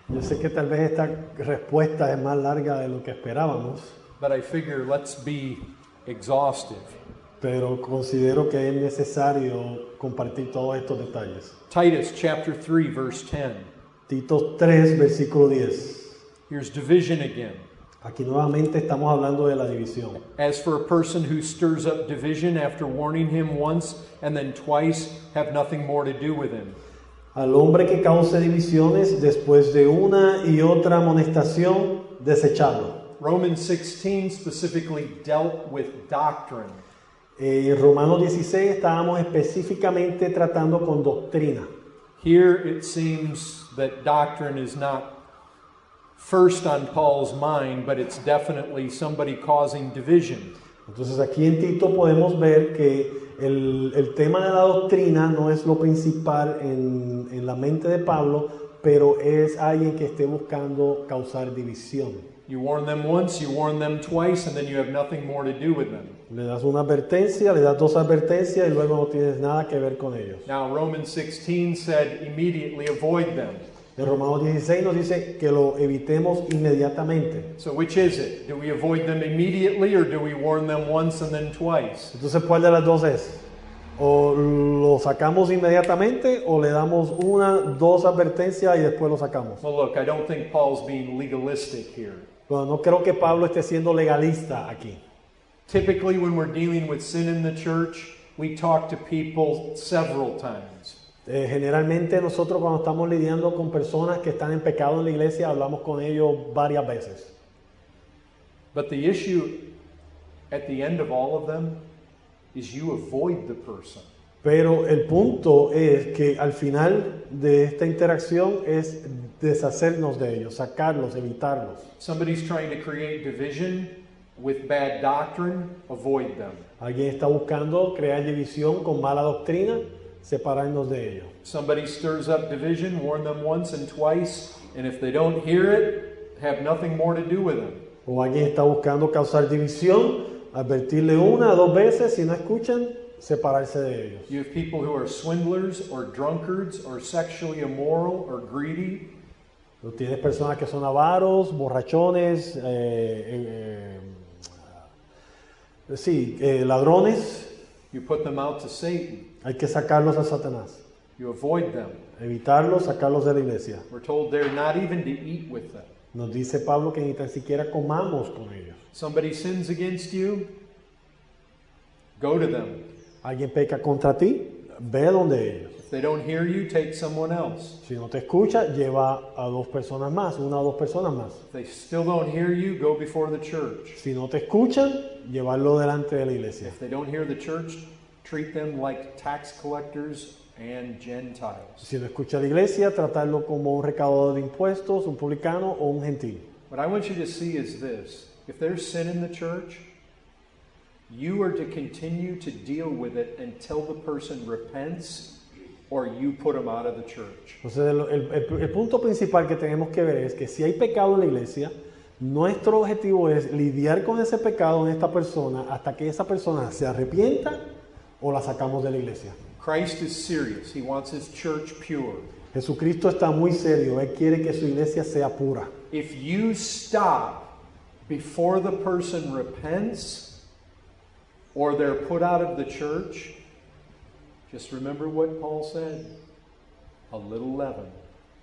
Speaker 1: Yo sé que tal vez esta respuesta es más larga de lo que esperábamos,
Speaker 2: but I figure let's be exhaustive.
Speaker 1: pero considero que es necesario compartir todos estos detalles.
Speaker 2: Titus chapter 3 verse 10.
Speaker 1: Tito 3, versículo 10.
Speaker 2: Here's division again.
Speaker 1: Aquí nuevamente estamos hablando de la división.
Speaker 2: As for a person who stirs up division after warning him once and then twice, have nothing more to do with him.
Speaker 1: Al hombre que cause divisiones, después de una y otra amonestación, desecharlo.
Speaker 2: Romans 16 specifically dealt with doctrine.
Speaker 1: Eh, En Romanos 16 estábamos específicamente tratando con doctrina.
Speaker 2: Here it seems that doctrine is not first on Paul's mind, but it's definitely somebody causing division.
Speaker 1: Entonces aquí en Tito podemos ver que el, el tema de la doctrina no es lo principal en, en la mente de Pablo, pero es alguien que esté buscando causar división.
Speaker 2: You warn them once, you warn them twice, and then you have nothing more to do with them.
Speaker 1: Le das una advertencia, le das dos advertencias y luego no tienes nada que ver con ellos.
Speaker 2: Now, Romans 16 said, immediately avoid them.
Speaker 1: En Romanos 16 nos dice que lo evitemos inmediatamente.
Speaker 2: So, which is it? Do we avoid them immediately, or do we warn them once and then twice?
Speaker 1: Entonces, ¿cuál de las dos es? O lo sacamos inmediatamente o le damos una, dos advertencias y después lo sacamos.
Speaker 2: Well, look, I don't think Paul's being legalistic here.
Speaker 1: Bueno, no creo que Pablo esté siendo legalista aquí.
Speaker 2: Typically, when we're dealing with sin in the church, we talk to people several times.
Speaker 1: Eh, generalmente nosotros cuando estamos lidiando con personas que están en pecado en la iglesia, hablamos con ellos varias veces.
Speaker 2: But the issue at the end of all of them is you avoid the person.
Speaker 1: Pero el punto es que al final de esta interacción es deshacernos de ellos, sacarlos, evitarlos.
Speaker 2: Somebody's trying to create division with bad doctrine, avoid them.
Speaker 1: Alguien está buscando crear división con mala doctrina, separarnos de ellos.
Speaker 2: Somebody stirs up division, warn them once and twice, and if they don't hear it, have nothing more to do with them.
Speaker 1: O alguien está buscando causar división, advertirle una o dos veces, si no escuchan, separarse de ellos.
Speaker 2: You have people who are swindlers or drunkards or sexually immoral or greedy.
Speaker 1: Tú Tienes personas que son avaros, borrachones, eh, eh, eh, sí, eh, ladrones.
Speaker 2: You put them out to Satan.
Speaker 1: Hay que sacarlos a Satanás,
Speaker 2: You avoid them.
Speaker 1: evitarlos, sacarlos de la iglesia.
Speaker 2: We're told they're not even to eat with them.
Speaker 1: Nos dice Pablo que ni tan siquiera comamos con ellos.
Speaker 2: Somebody sins against you, go to them.
Speaker 1: Alguien peca contra ti, ve donde ellos.
Speaker 2: If they don't hear you, take someone else.
Speaker 1: Si no te escucha, lleva a dos personas más, una o dos personas más.
Speaker 2: If they still don't hear you, go before the church.
Speaker 1: Si no te escuchan, llevarlo delante de la iglesia.
Speaker 2: If they don't hear the church, treat them like tax collectors and Gentiles.
Speaker 1: Si no escucha la iglesia, tratarlo como un recaudador de impuestos, un publicano o un gentil.
Speaker 2: What I want you to see is this if there's sin in the church, you are to continue to deal with it until the person repents or you put them out of the church.
Speaker 1: Entonces, el, el- el- el punto principal que tenemos que ver es que si hay pecado en la iglesia, nuestro objetivo es lidiar con ese pecado en esta persona hasta que esa persona se arrepienta o la sacamos de la iglesia.
Speaker 2: Christ is serious, he wants his church pure.
Speaker 1: Jesucristo está muy serio, Él quiere que su iglesia sea pura.
Speaker 2: If you stop before the person repents or they're put out of the church, just remember what Paul said a little leaven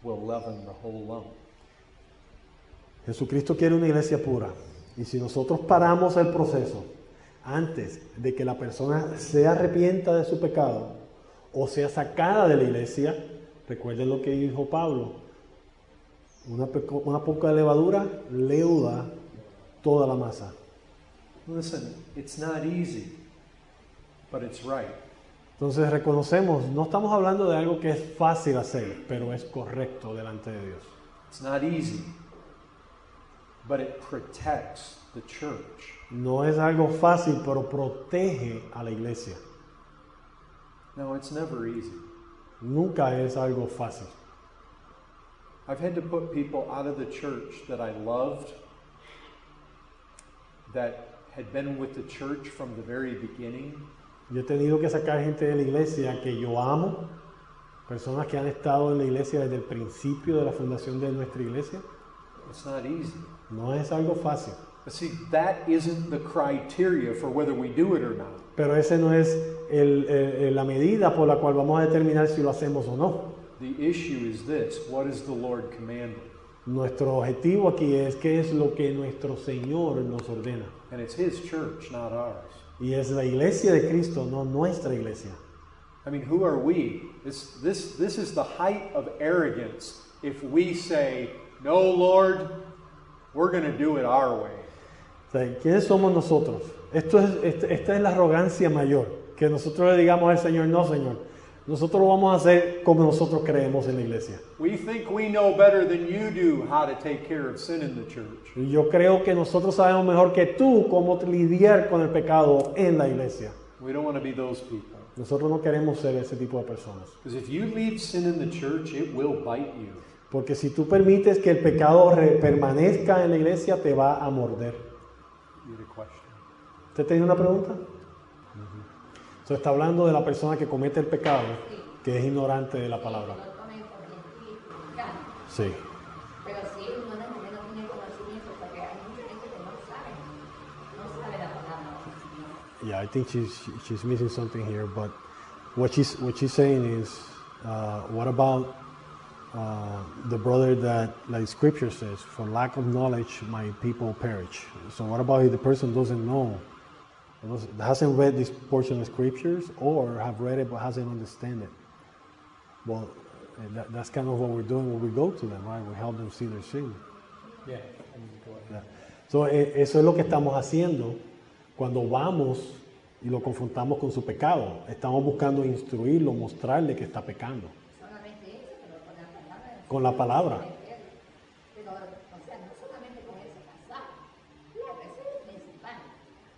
Speaker 2: will leaven the whole lump.
Speaker 1: Jesucristo quiere una iglesia pura. Y si nosotros paramos el proceso antes de que la persona se arrepienta de su pecado o sea sacada de la iglesia, recuerden lo que dijo Pablo, una, peco- una poca levadura leuda toda la masa.
Speaker 2: Listen, it's not easy, but it's right.
Speaker 1: Entonces reconocemos, no estamos hablando de algo que es fácil hacer, pero es correcto delante de Dios.
Speaker 2: It's not easy, but it protects the church.
Speaker 1: No es algo fácil, pero protege a la iglesia.
Speaker 2: No, it's never easy.
Speaker 1: Nunca es algo fácil.
Speaker 2: I've had to put people out of the church that I loved, that had been with the church from the very beginning,
Speaker 1: Yo he tenido que sacar gente de la iglesia que yo amo, personas que han estado en la iglesia desde el principio de la fundación de nuestra iglesia.
Speaker 2: it's not easy.
Speaker 1: No es algo fácil,
Speaker 2: But see, that isn't the criteria for whether we do it or not.
Speaker 1: pero esa no es el- el- el- la medida por la cual vamos a determinar si lo hacemos o no.
Speaker 2: The issue is this what is the Lord commanding?
Speaker 1: Nuestro objetivo aquí es qué es lo que nuestro Señor nos ordena.
Speaker 2: And it's His church, not ours.
Speaker 1: Y es la iglesia de Cristo, no nuestra iglesia.
Speaker 2: I I mean, who are we? This, this, this is the height of arrogance if we say, No, Lord, we're going to do it our way.
Speaker 1: O sea, ¿Quiénes somos nosotros? Esto es, este- esta es la arrogancia mayor, que nosotros le digamos al Señor, no, Señor, nosotros lo vamos a hacer como nosotros creemos en la iglesia.
Speaker 2: We think we know better than you do how to take care of sin in the church.
Speaker 1: Y Yo creo que nosotros sabemos mejor que tú cómo lidiar con el pecado en la iglesia.
Speaker 2: We don't want to be those people.
Speaker 1: Nosotros no queremos ser ese tipo de personas.
Speaker 2: Because if you leave sin in the church, it will bite you.
Speaker 1: Porque si tú permites que el pecado re- permanezca en la iglesia, te va a morder.
Speaker 2: You had a question.
Speaker 1: ¿Usted tiene una pregunta? Entonces está hablando de la persona que comete el pecado, que es ignorante de la palabra.
Speaker 3: No con el conocimiento, claro.
Speaker 1: Sí.
Speaker 3: Pero sí, no la gente no tiene conocimiento porque hay mucha gente que no sabe, no sabe la palabra del Señor.
Speaker 1: Yeah, I think she's she's missing something here, but what she's what she's saying is, uh, what about uh, the brother that, like Scripture says, for lack of knowledge, my people perish. So what about if the person doesn't know, doesn't- hasn't read this portion of Scriptures, or have read it but hasn't understand it? Well, that, that's kind of what we're doing when we go to them, right? We help them see their sin.
Speaker 2: Yeah. I mean, go ahead.
Speaker 1: ¿verdad? So, e- eso es lo que estamos haciendo cuando vamos y lo confrontamos con su pecado. Estamos buscando instruirlo, mostrarle que está pecando
Speaker 3: Solamente eso, pero con la
Speaker 1: con la
Speaker 3: palabra del
Speaker 1: palabra.
Speaker 3: Señor. Pero, o sea, no solamente con ese pasaje, claro, eso es lo principal,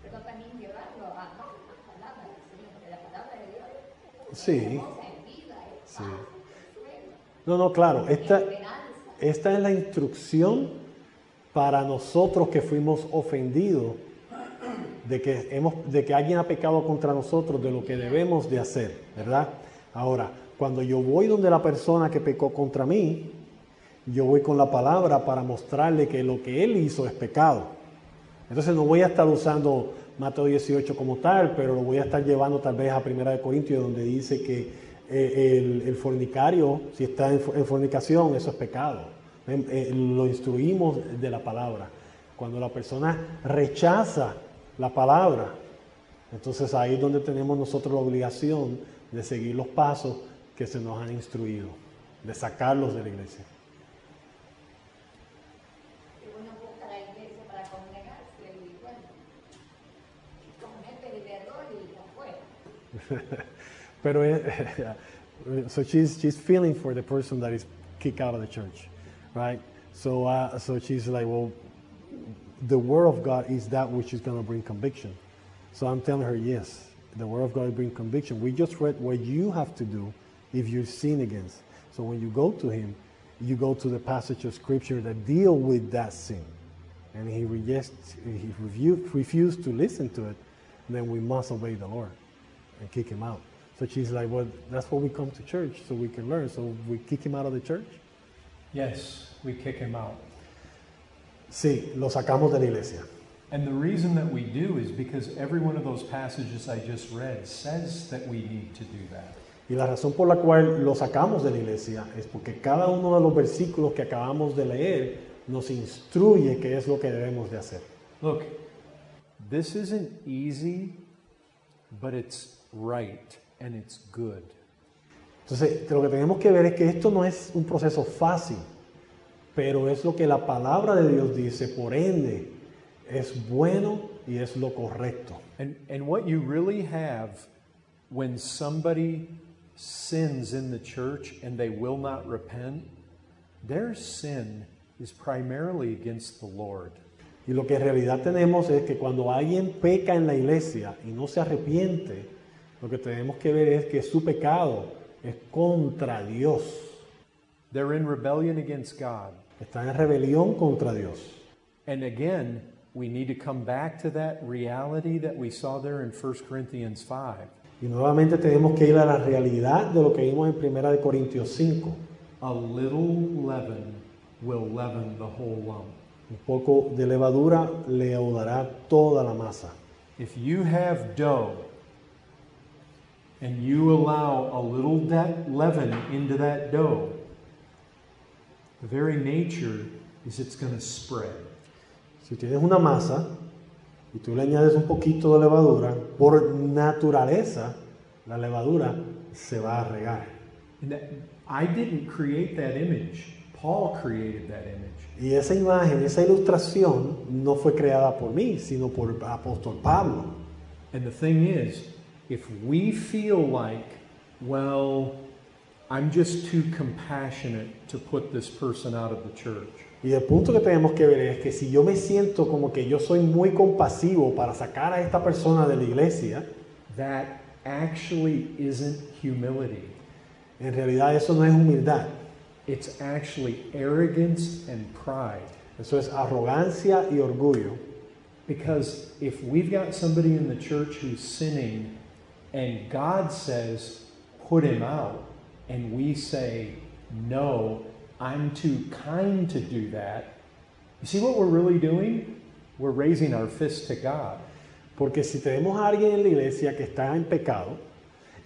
Speaker 3: pero también llevarlo a más la palabra del Señor, porque la palabra de Dios
Speaker 1: Sí,
Speaker 3: cosa en vida, es
Speaker 1: sí.
Speaker 3: paz, es consuelo,
Speaker 1: No, no, claro.
Speaker 3: es
Speaker 1: Esta,
Speaker 3: esperanza.
Speaker 1: esta es la instrucción para nosotros que fuimos ofendidos de que, hemos, de que alguien ha pecado contra nosotros, de lo que debemos de hacer, ¿verdad? Ahora, cuando yo voy donde la persona que pecó contra mí, yo voy con la palabra para mostrarle que lo que él hizo es pecado. Entonces no voy a estar usando Mateo 18 como tal, pero lo voy a estar llevando tal vez a Primera de Corintios, donde dice que eh, el, el fornicario, si está en, fo- en fornicación, eso es pecado. Em, eh, lo instruimos de la palabra. Cuando la persona rechaza la palabra, entonces ahí es donde tenemos nosotros la obligación de seguir los pasos que se nos han instruido, de sacarlos de la iglesia.
Speaker 3: que uno busca la iglesia para congregarse y bueno, comete el error y ya fue.
Speaker 1: Pero eh, <laughs> so she's she's feeling for the person that is kicked out of the church, right? So uh, so she's like, well, the word of God is that which is going to bring conviction. So I'm telling her, yes, the word of God will bring conviction. We just read what you have to do if you sin against. So when you go to him, you go to the passage of scripture that deal with that sin. And he rejects, he refu- refused to listen to it, then we must obey the Lord and kick him out. So she's like, well, that's why we come to church, so we can learn. So we kick him out of the church.
Speaker 2: Yes, we kick him out.
Speaker 1: Sí, lo sacamos de la iglesia.
Speaker 2: And the reason that we do is because every one of those passages I just read says that we need to do that.
Speaker 1: Y la razón por la cual lo sacamos de la iglesia es porque cada uno de los versículos que acabamos de leer nos instruye qué es lo que debemos de hacer.
Speaker 2: Look, this isn't easy, but it's right and it's good.
Speaker 1: Entonces, lo que tenemos que ver es que esto no es un proceso fácil, pero es lo que la palabra de Dios dice, por ende, es bueno y es lo correcto.
Speaker 2: And, and what you really have when somebody sins in the church and they will not repent, their sin is primarily against the Lord.
Speaker 1: Y lo que en realidad tenemos es que cuando alguien peca en la iglesia y no se arrepiente, lo que tenemos que ver es que su pecado es contra Dios.
Speaker 2: They're in rebellion against God.
Speaker 1: Está en rebelión contra Dios.
Speaker 2: And again, we need to come back to that reality that we saw there in 1 Corinthians 5
Speaker 1: Y nuevamente tenemos que ir a la realidad de lo que vimos en Primera de Corintios 5.
Speaker 2: a little leaven will leaven the whole lump.
Speaker 1: Un poco de levadura leudará toda la masa.
Speaker 2: If you have dough and you allow a little de- leaven into that dough, the very nature is it's going to spread.
Speaker 1: Si tienes una masa y tú le añades un poquito de levadura, por naturaleza la levadura se va a regar.
Speaker 2: And that, I didn't create that image. Paul created that image.
Speaker 1: Y esa imagen, esa ilustración no fue creada por mí, sino por el apóstol Pablo.
Speaker 2: And the thing is, if we feel like, well, I'm just too compassionate to put this person out of the church,
Speaker 1: Y el punto que tenemos que ver es que si yo me siento como que yo soy muy compasivo para sacar a esta persona de la iglesia,
Speaker 2: that actually isn't humility.
Speaker 1: en realidad eso no es humildad,
Speaker 2: It's actually arrogance and pride.
Speaker 1: eso es arrogancia y orgullo.
Speaker 2: Because if we've got somebody in the church who's sinning and God says, put him out, and we say, no, I'm too kind to do that, you see what we're really doing? We're raising our fist to God.
Speaker 1: Porque si tenemos a alguien en la iglesia que está en pecado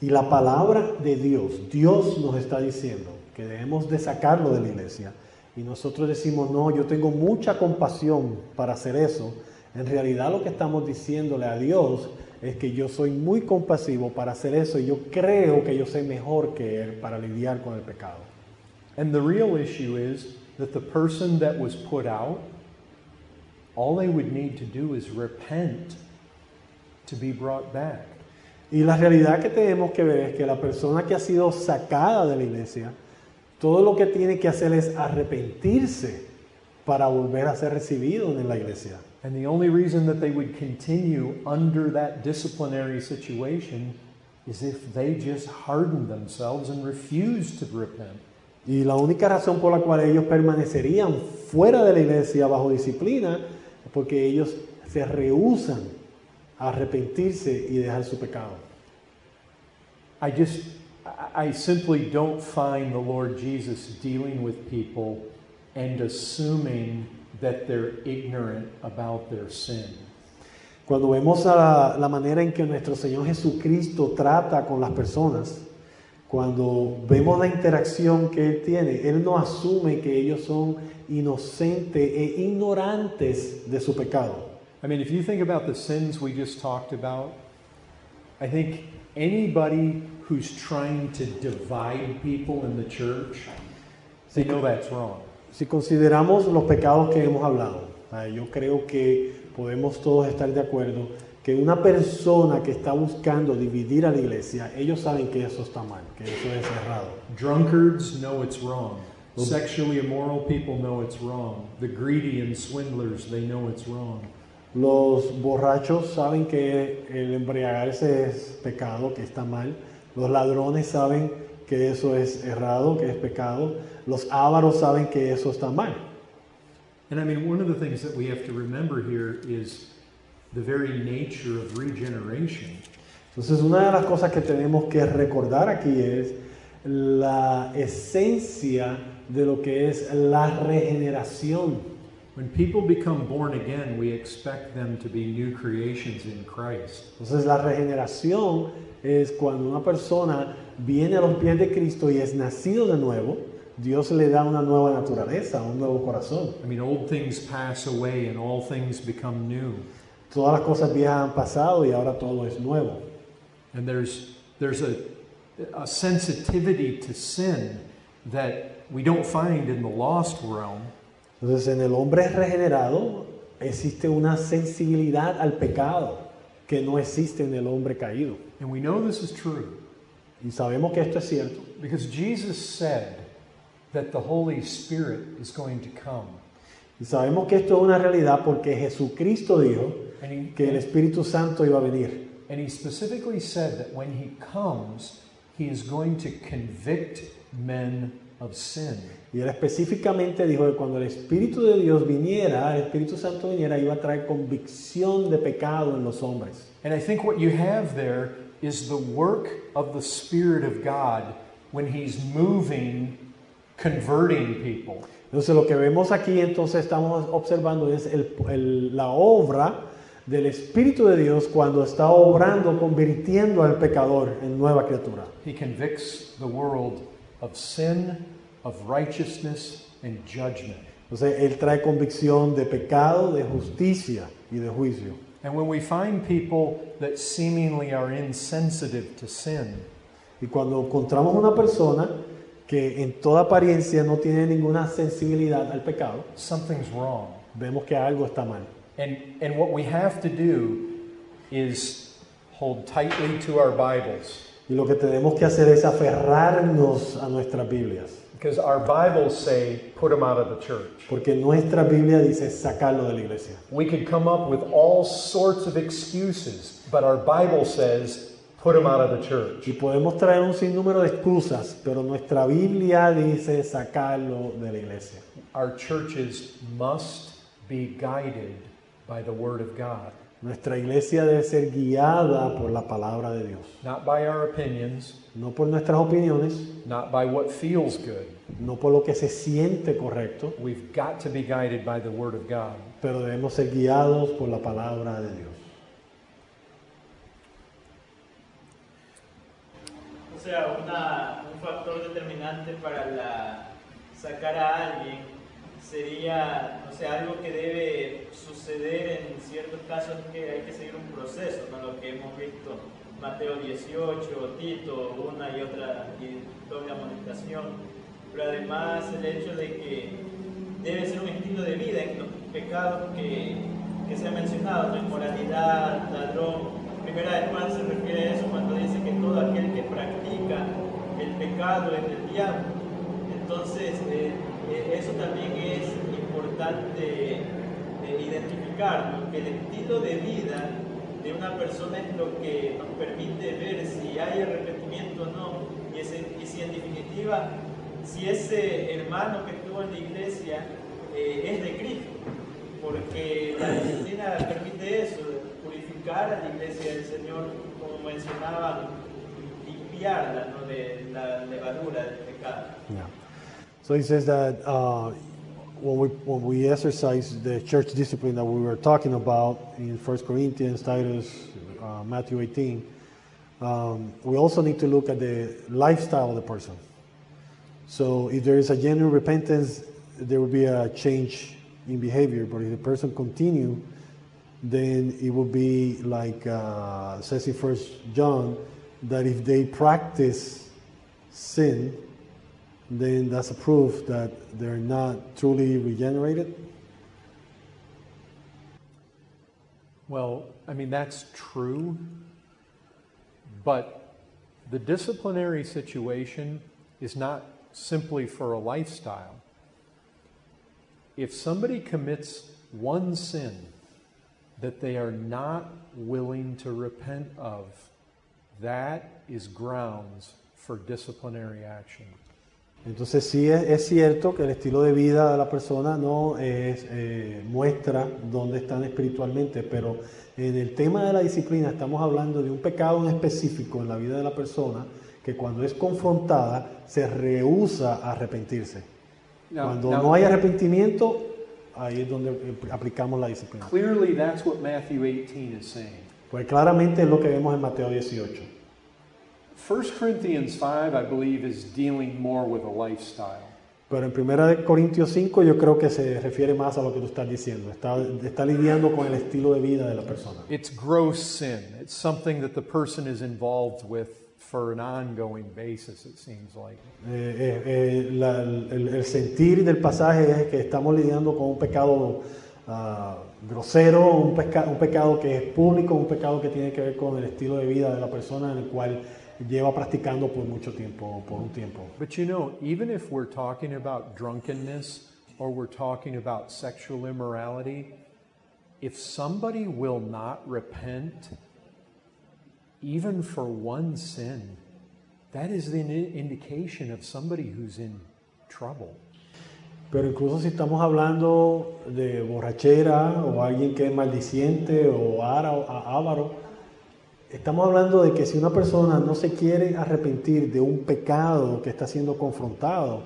Speaker 1: y la palabra de Dios, Dios nos está diciendo que debemos de sacarlo de la iglesia y nosotros decimos, no, yo tengo mucha compasión para hacer eso, en realidad lo que estamos diciéndole a Dios es que yo soy muy compasivo para hacer eso y yo creo que yo soy mejor que Él para lidiar con el pecado.
Speaker 2: And the real issue is that the person that was put out, all they would need to do is repent to be brought back.
Speaker 1: Y la realidad que tenemos que ver es que la persona que ha sido sacada de la iglesia, todo lo que tiene que hacer es arrepentirse para volver a ser recibido en la iglesia.
Speaker 2: And the only reason that they would continue under that disciplinary situation is if they just hardened themselves and refused to repent.
Speaker 1: Y la única razón por la cual ellos permanecerían fuera de la iglesia bajo disciplina es porque ellos se rehúsan a arrepentirse y dejar su pecado.
Speaker 2: I just, I- I simply don't find the Lord Jesus dealing with people and assuming that they're ignorant about their sin.
Speaker 1: Cuando vemos a la, la manera en que nuestro Señor Jesucristo trata con las personas, cuando vemos la interacción que Él tiene, Él no asume que ellos son inocentes e ignorantes de su pecado.
Speaker 2: I mean, if you think about the sins we just talked about, I think anybody who's trying to divide people in the church, they know that's wrong.
Speaker 1: Si consideramos los pecados que hemos hablado, ah, yo creo que podemos todos estar de acuerdo que una persona que está buscando dividir a la iglesia, ellos saben que eso está mal, que eso es errado.
Speaker 2: Drunkards know it's wrong.
Speaker 1: Well-
Speaker 2: Sexually immoral people know it's wrong. The greedy and swindlers, they know it's wrong.
Speaker 1: Los borrachos saben que el embriagarse es pecado, que está mal. Los ladrones saben que eso es errado, que es pecado. Los ávaros saben que eso está mal.
Speaker 2: And I mean, one of the things that we have to remember here is the very nature of regeneration.
Speaker 1: Entonces una de las cosas que tenemos que recordar aquí es la esencia de lo que es la regeneración.
Speaker 2: When people become born again, we expect them to be new creations in Christ.
Speaker 1: Entonces la regeneración es cuando una persona viene a los pies de Cristo y es nacido de nuevo, Dios le da una nueva naturaleza, un nuevo corazón.
Speaker 2: I mean, old things pass away and all things become new.
Speaker 1: Todas las cosas viejas han pasado y ahora todo es nuevo.
Speaker 2: And there's there's a a sensitivity to sin that we don't find in the lost realm.
Speaker 1: Entonces en el hombre regenerado existe una sensibilidad al pecado que no existe en el hombre caído.
Speaker 2: And we know this is true
Speaker 1: Y sabemos que esto es cierto,
Speaker 2: because Jesus said that the Holy Spirit is going to come.
Speaker 1: y sabemos que esto es una realidad porque Jesucristo dijo
Speaker 2: And
Speaker 1: que el
Speaker 2: he,
Speaker 1: Espíritu Santo iba a venir.
Speaker 2: and he specifically said that when he comes, he is going to convict men of sin.
Speaker 1: Y él específicamente dijo que cuando el Espíritu de Dios viniera, el Espíritu Santo viniera, iba a traer convicción de pecado en los hombres.
Speaker 2: And I think what you have there is the work of the Spirit of God when he's moving, converting people.
Speaker 1: Entonces lo que vemos aquí entonces estamos observando es el- el- la obra del Espíritu de Dios cuando está obrando, convirtiendo al pecador en nueva criatura.
Speaker 2: He convicts the world of sin, of righteousness, and judgment.
Speaker 1: Entonces él trae convicción de pecado, de justicia y de juicio.
Speaker 2: And when we find people that seemingly are insensitive to sin,
Speaker 1: Y cuando encontramos una persona que en toda apariencia no tiene ninguna sensibilidad al pecado,
Speaker 2: something's wrong.
Speaker 1: vemos que algo está mal.
Speaker 2: And, and what we have to do is hold tightly to our Bibles
Speaker 1: Y lo que tenemos que hacer es aferrarnos a nuestras Biblias,
Speaker 2: because our Bibles say, put them out of the church.
Speaker 1: porque nuestra Biblia dice sacarlo de la iglesia.
Speaker 2: We could come up with all sorts of excuses, but our Bible says, put them out of the church.
Speaker 1: Y podemos traer un sinnúmero de excusas, pero nuestra Biblia dice sacarlo de la iglesia.
Speaker 2: Our churches must be guided by the Word of God,
Speaker 1: Nuestra iglesia debe ser guiada por la palabra de Dios,
Speaker 2: not by our opinions,
Speaker 1: no por nuestras opiniones,
Speaker 2: not by what feels good.
Speaker 1: no por lo que se siente correcto,
Speaker 2: We've got to be guided by the Word of God.
Speaker 1: pero debemos ser guiados por la palabra de Dios.
Speaker 4: O sea, una- un factor determinante para la- sacar a alguien sería, no sé, algo que debe suceder en ciertos casos que hay que seguir un proceso, ¿no? Lo que hemos visto, Mateo 18, Tito, una y otra, y doble amonestación. Pero además el hecho de que debe ser un estilo de vida en los pecados que, que se han mencionado, ¿no? inmoralidad, ladrón. Primera de Juan se refiere a eso cuando dice que todo aquel que practica el pecado es del diablo. Entonces, eh, eh, eso también es importante eh, identificar, ¿no? que el estilo de vida de una persona es lo que nos permite ver si hay arrepentimiento o no, y, ese- y si en definitiva, si ese hermano que estuvo en la iglesia eh, es de Cristo porque la disciplina permite eso, purificar a la iglesia del Señor, como mencionaba, limpiarla ¿no? de la levadura del pecado.
Speaker 1: Yeah. So he says that uh, when we when we exercise the church discipline that we were talking about in First Corinthians, Titus, uh, Matthew 18, um, we also need to look at the lifestyle of the person. So if there is a genuine repentance, there will be a change in behavior. But if the person continue, then it will be like uh, says in First John that if they practice sin, then that's a proof that they're not truly regenerated.
Speaker 2: Well, I mean, that's true, but the disciplinary situation is not simply for a lifestyle. If somebody commits one sin that they are not willing to repent of, that is grounds for disciplinary action.
Speaker 1: Entonces sí es, es cierto que el estilo de vida de la persona no es, eh, muestra dónde están espiritualmente, pero en el tema de la disciplina estamos hablando de un pecado en específico en la vida de la persona que cuando es confrontada se rehúsa a arrepentirse. cuando no hay arrepentimiento, ahí es donde eh, aplicamos la disciplina.
Speaker 2: clearly that's what Matthew 18 is saying.
Speaker 1: Pues claramente es lo que vemos en Mateo 18.
Speaker 2: 1 Corinthians 5, I believe, is dealing more with a lifestyle.
Speaker 1: Pero en 1 Corintios 5 yo creo que se refiere más a lo que tú estás diciendo. Está, está lidiando con el estilo de vida de la persona.
Speaker 2: It's gross sin. It's something that the person is involved with for an ongoing basis, it seems like.
Speaker 1: Eh, eh, eh, la- el, el sentir del pasaje es que estamos lidiando con un pecado ah, grosero, un, pesca- un pecado que es público, un pecado que tiene que ver con el estilo de vida de la persona en el cual lleva practicando por mucho tiempo, por un tiempo.
Speaker 2: But you know, even if we're talking about drunkenness or we're talking about sexual immorality, if somebody will not repent, even for one sin, that is an i- indication of somebody who's in trouble.
Speaker 1: Pero incluso si estamos hablando de borrachera o alguien que es maldiciente o ara- a- avaro, estamos hablando de que si una persona no se quiere arrepentir de un pecado que está siendo confrontado,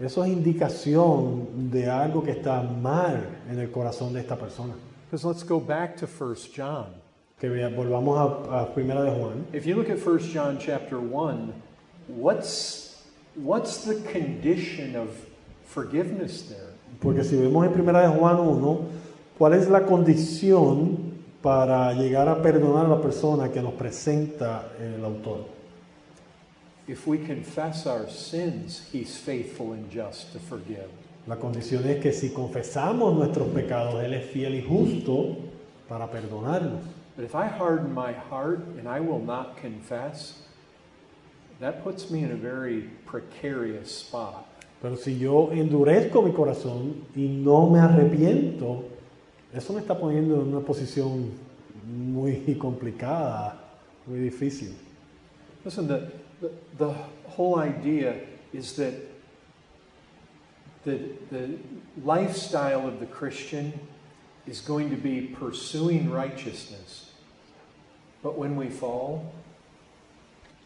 Speaker 1: eso es indicación de algo que está mal en el corazón de esta persona.
Speaker 2: Because let's go back to 1 John.
Speaker 1: Que vea- volvamos a, a Primera de Juan.
Speaker 2: If you look at 1 John chapter 1, what's, what's the condition of forgiveness there?
Speaker 1: Porque si vemos en Primera de Juan 1, ¿cuál es la condición para llegar a perdonar a la persona que nos presenta el autor?
Speaker 2: If we confess our sins, he's faithful and just to forgive.
Speaker 1: La condición es que si confesamos nuestros pecados, Él es fiel y justo para perdonarnos.
Speaker 2: But if I harden my heart and I will not confess, that puts me in a very precarious spot.
Speaker 1: Pero si yo endurezco mi corazón y no me arrepiento, eso me está poniendo en una posición muy complicada, muy difícil.
Speaker 2: Listen, the, the, the whole idea is that the, the lifestyle of the Christian is going to be pursuing righteousness. But when we fall,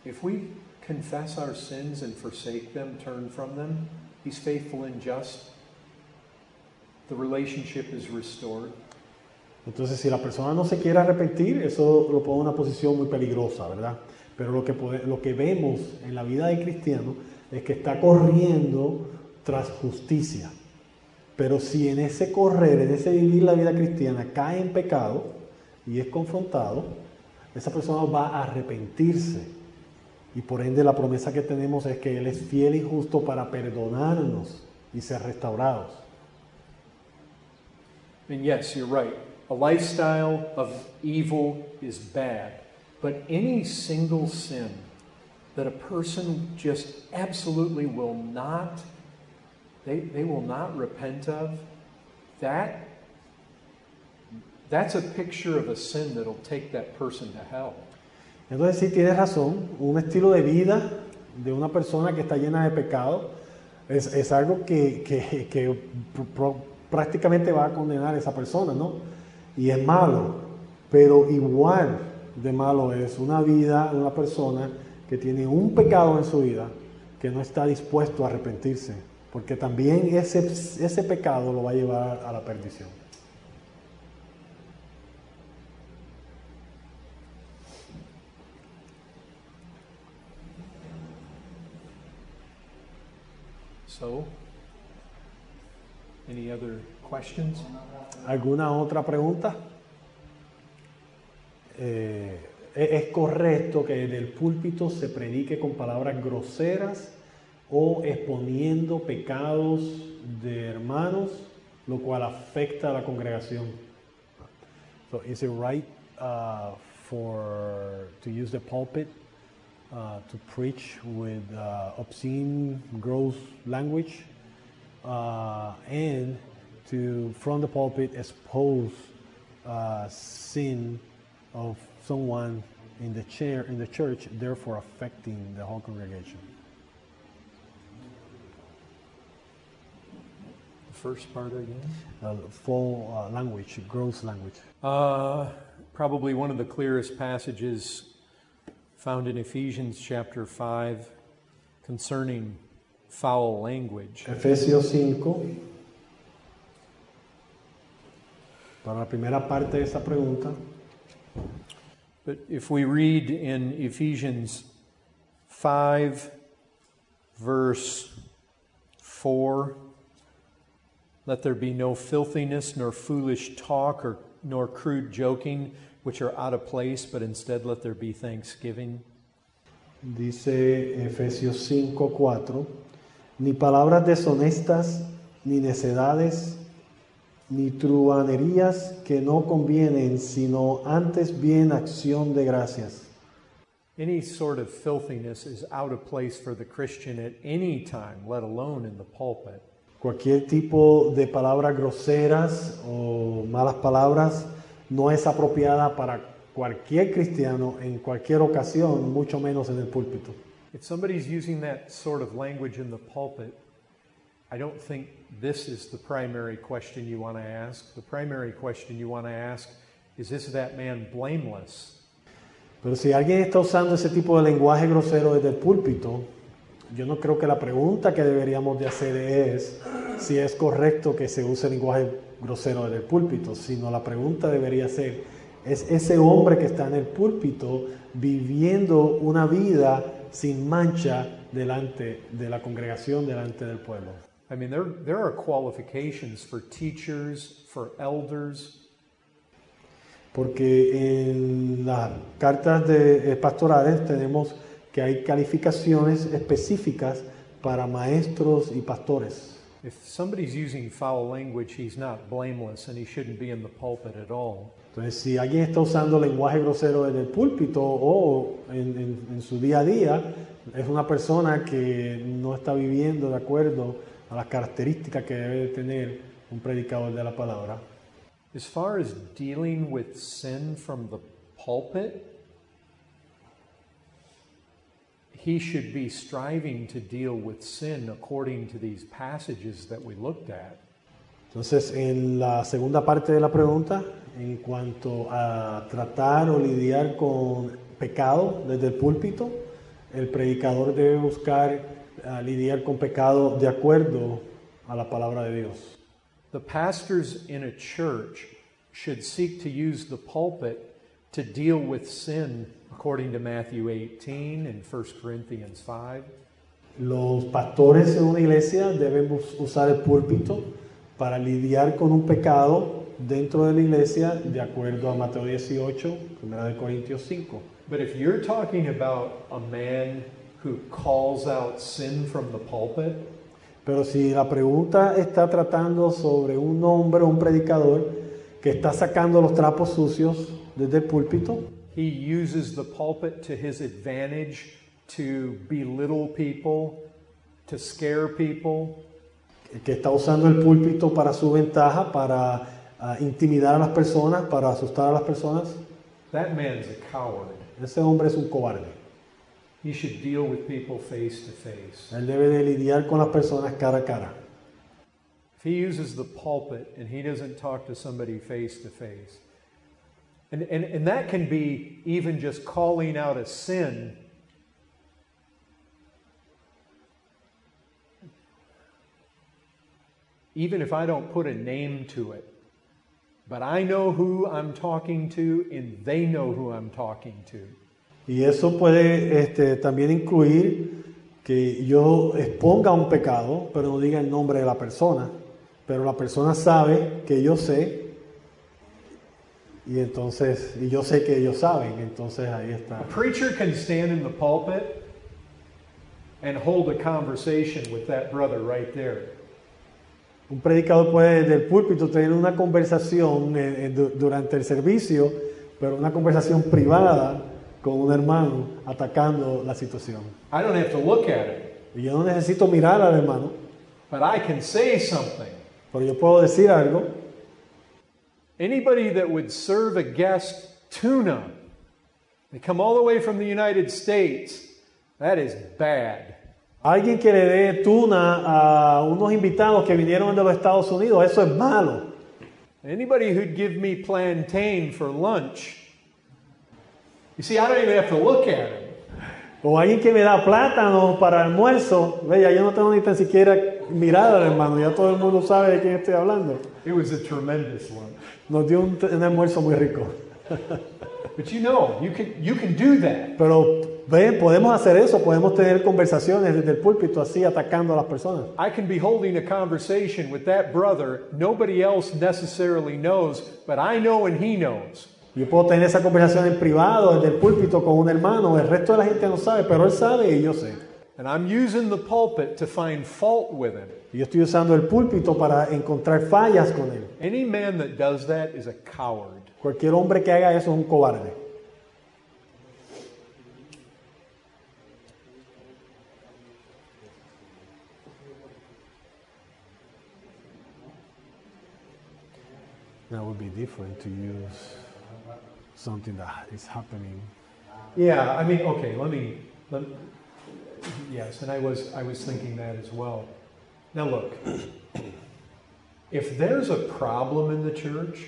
Speaker 2: if we confess our sins and forsake them, turn from them, He's faithful and just. The relationship is restored.
Speaker 1: Entonces, si la persona no se quiere arrepentir, eso lo pone en una posición muy peligrosa, ¿verdad? Pero lo que, pode- lo que vemos en la vida de cristiano es que está corriendo tras justicia. Pero si en ese correr, en ese vivir la vida cristiana, cae en pecado y es confrontado, esa persona va a arrepentirse. Y por ende la promesa que tenemos es que Él es fiel y justo para perdonarnos y ser restaurados.
Speaker 2: And yes, you're right. A lifestyle of evil is bad. But any single sin that a person just absolutely will not, they, they will not repent of, that, that's a picture of a sin that'll take that person to hell.
Speaker 1: Entonces sí tienes razón, un estilo de vida de una persona que está llena de pecado es, es algo que, que- que pr- pr- prácticamente va a condenar a esa persona, ¿no? Y es malo, pero igual de malo es una vida de una persona que tiene un pecado en su vida que no está dispuesto a arrepentirse, porque también ese, ese pecado lo va a llevar a la perdición.
Speaker 2: So, any other questions?
Speaker 1: ¿Alguna otra pregunta? Eh, ¿e- ¿Es correcto que desde el púlpito se predique con palabras groseras o exponiendo pecados de hermanos, lo cual afecta a la congregación? So, is it right uh, for to use the pulpit uh, to preach with uh, obscene, gross language, uh, and to from the pulpit expose uh, sin of someone in the chair in the church, therefore affecting the whole congregation?
Speaker 2: The first part again?
Speaker 1: Uh, full uh, language, gross language.
Speaker 2: Uh, probably one of the clearest passages found in Ephesians chapter 5 concerning foul language.
Speaker 1: Efesios 5. Para la primera parte de esa pregunta,
Speaker 2: But if we read in Ephesians 5, verse 4, let there be no filthiness, nor foolish talk, or, nor crude joking, which are out of place, but instead let there be thanksgiving.
Speaker 1: Dice Efesios 5:4, ni palabras deshonestas, ni necedades, ni truanerías que no convienen, sino antes bien acción de gracias.
Speaker 2: Any sort of filthiness is out of place for the Christian at any time, let alone in the pulpit.
Speaker 1: Cualquier tipo de palabras groseras o malas palabras no es apropiada para cualquier cristiano en cualquier ocasión, mucho menos en el púlpito.
Speaker 2: If somebody's using that sort of language in the pulpit, I don't think this is the primary question you want to ask. The primary question you want to ask is Is that man blameless?
Speaker 1: Pero si alguien está usando ese tipo de lenguaje grosero desde el púlpito, yo no creo que la pregunta que deberíamos de hacer es si es correcto que se use lenguaje grosero desde el púlpito, sino la pregunta debería ser, ¿es ese hombre que está en el púlpito viviendo una vida sin mancha delante de la congregación, delante del pueblo?
Speaker 2: I mean, there, there are qualifications for teachers, for elders,
Speaker 1: Porque en las cartas de, eh, pastorales tenemos que hay calificaciones específicas para maestros y pastores.
Speaker 2: If somebody's using foul language, he's not blameless and he shouldn't be in the pulpit at all.
Speaker 1: Entonces, si alguien está usando lenguaje grosero en el púlpito o en, en- en su día a día, es una persona que no está viviendo de acuerdo a las características que debe de tener un predicador de la palabra.
Speaker 2: As far as dealing with sin from the pulpit, he should be striving to deal with sin according to these passages that we looked at.
Speaker 1: Entonces, en la segunda parte de la pregunta, en cuanto a tratar o lidiar con pecado desde el púlpito, el predicador debe buscar ah, lidiar con pecado de acuerdo a la palabra de Dios.
Speaker 2: The pastors in a church should seek to use the pulpit to deal with sin according to Matthew 18 and 1 Corinthians 5.
Speaker 1: Los pastores en una iglesia deben us- usar el púlpito para lidiar con un pecado dentro de la iglesia de acuerdo a Mateo 18, 1 Corintios 5.
Speaker 2: But if you're talking about a man who calls out sin from the pulpit,
Speaker 1: Pero si la pregunta está tratando sobre un hombre, un predicador que está sacando los trapos sucios desde el púlpito,
Speaker 2: he uses the pulpit to his advantage to belittle people, to scare people,
Speaker 1: que está usando el púlpito para su ventaja, para ah, intimidar a las personas, para asustar a las personas,
Speaker 2: that man's a coward.
Speaker 1: ese hombre es un cobarde.
Speaker 2: He should deal with people face to face.
Speaker 1: Él debe de lidiar con las personas cara a cara.
Speaker 2: If he uses the pulpit and he doesn't talk to somebody face to face, and, and, and that can be even just calling out a sin. Even if I don't put a name to it, but I know who I'm talking to and they know who I'm talking to.
Speaker 1: Y eso puede este, también incluir que yo exponga un pecado, pero no diga el nombre de la persona. Pero la persona sabe que yo sé, y entonces, y yo sé que ellos saben, entonces ahí está.
Speaker 2: A preacher can stand in the pulpit and hold a conversation with that brother right there.
Speaker 1: Un predicador puede desde el púlpito tener una conversación eh, eh, du- durante el servicio, pero una conversación privada con un hermano atacando la situación.
Speaker 2: I don't have to look at it,
Speaker 1: Y yo no necesito mirar al hermano,
Speaker 2: but I can say something.
Speaker 1: pero yo puedo decir algo
Speaker 2: Anybody that would serve a guest tuna, they come all the way from the United States. That is bad.
Speaker 1: Alguien que le dé tuna a unos invitados que vinieron de los Estados Unidos, eso es malo.
Speaker 2: Anybody who'd give me plantain for lunch, you see, I don't even have to look at him.
Speaker 1: O alguien que me da plátano para almuerzo, vea, yo no tengo ni tan siquiera mirada, hermano, ya todo el mundo sabe de quién estoy hablando.
Speaker 2: It was a tremendous one.
Speaker 1: Nos dio un, un almuerzo muy rico.
Speaker 2: But you know, you can you can do that.
Speaker 1: Pero ven, podemos hacer eso, podemos tener conversaciones desde el púlpito así atacando a las personas.
Speaker 2: I can be holding a conversation with that brother nobody else necessarily knows, but I know and he knows.
Speaker 1: Yo puedo tener esa conversación en privado, desde el púlpito con un hermano, el resto de la gente no sabe, pero él sabe y yo sé.
Speaker 2: And I'm using the pulpit to find fault with him.
Speaker 1: Y yo estoy usando el púlpito para encontrar fallas con él.
Speaker 2: Any man that does that is a coward.
Speaker 1: Cualquier hombre que haga eso es un cobarde. That would be different to use something that is happening.
Speaker 2: Yeah, I mean, okay, let me, let, yes, and I was, I was thinking that as well. Now look, <coughs> if there's a problem in the church,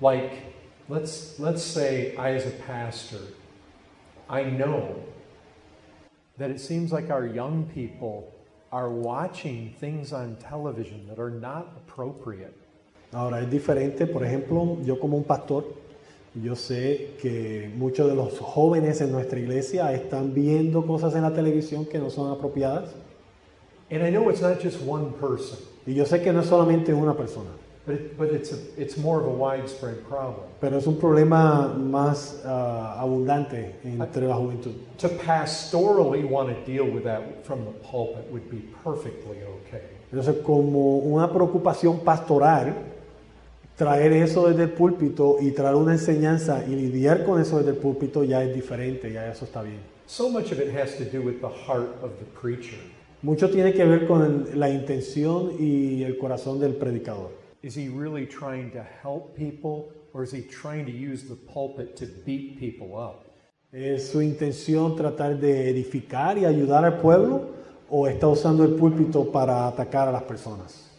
Speaker 2: like let's let's say I as a pastor, I know that it seems like our young people are watching things on television that are not appropriate.
Speaker 1: Ahora es diferente, por ejemplo, yo como un pastor, yo sé que muchos de los jóvenes en nuestra iglesia están viendo cosas en la televisión que no son apropiadas
Speaker 2: And I know it's not just one person.
Speaker 1: y yo sé que no es solamente una persona.
Speaker 2: But, it, but it's, a, it's more of a widespread problem.
Speaker 1: Pero es un problema más ah, abundante entre la juventud.
Speaker 2: To pastorally want to deal with that from the pulpit would be perfectly okay.
Speaker 1: Entonces, como una preocupación pastoral, traer eso desde el púlpito y traer una enseñanza y lidiar con eso desde el púlpito ya es diferente, ya eso está bien.
Speaker 2: So much of it has to do with the heart of the preacher.
Speaker 1: Mucho tiene que ver con el- la intención y el corazón del predicador.
Speaker 2: Is he really trying to help people or is he trying to use the pulpit to beat people up?
Speaker 1: ¿Es su intención tratar de edificar y ayudar al pueblo o está usando el púlpito para atacar a las personas?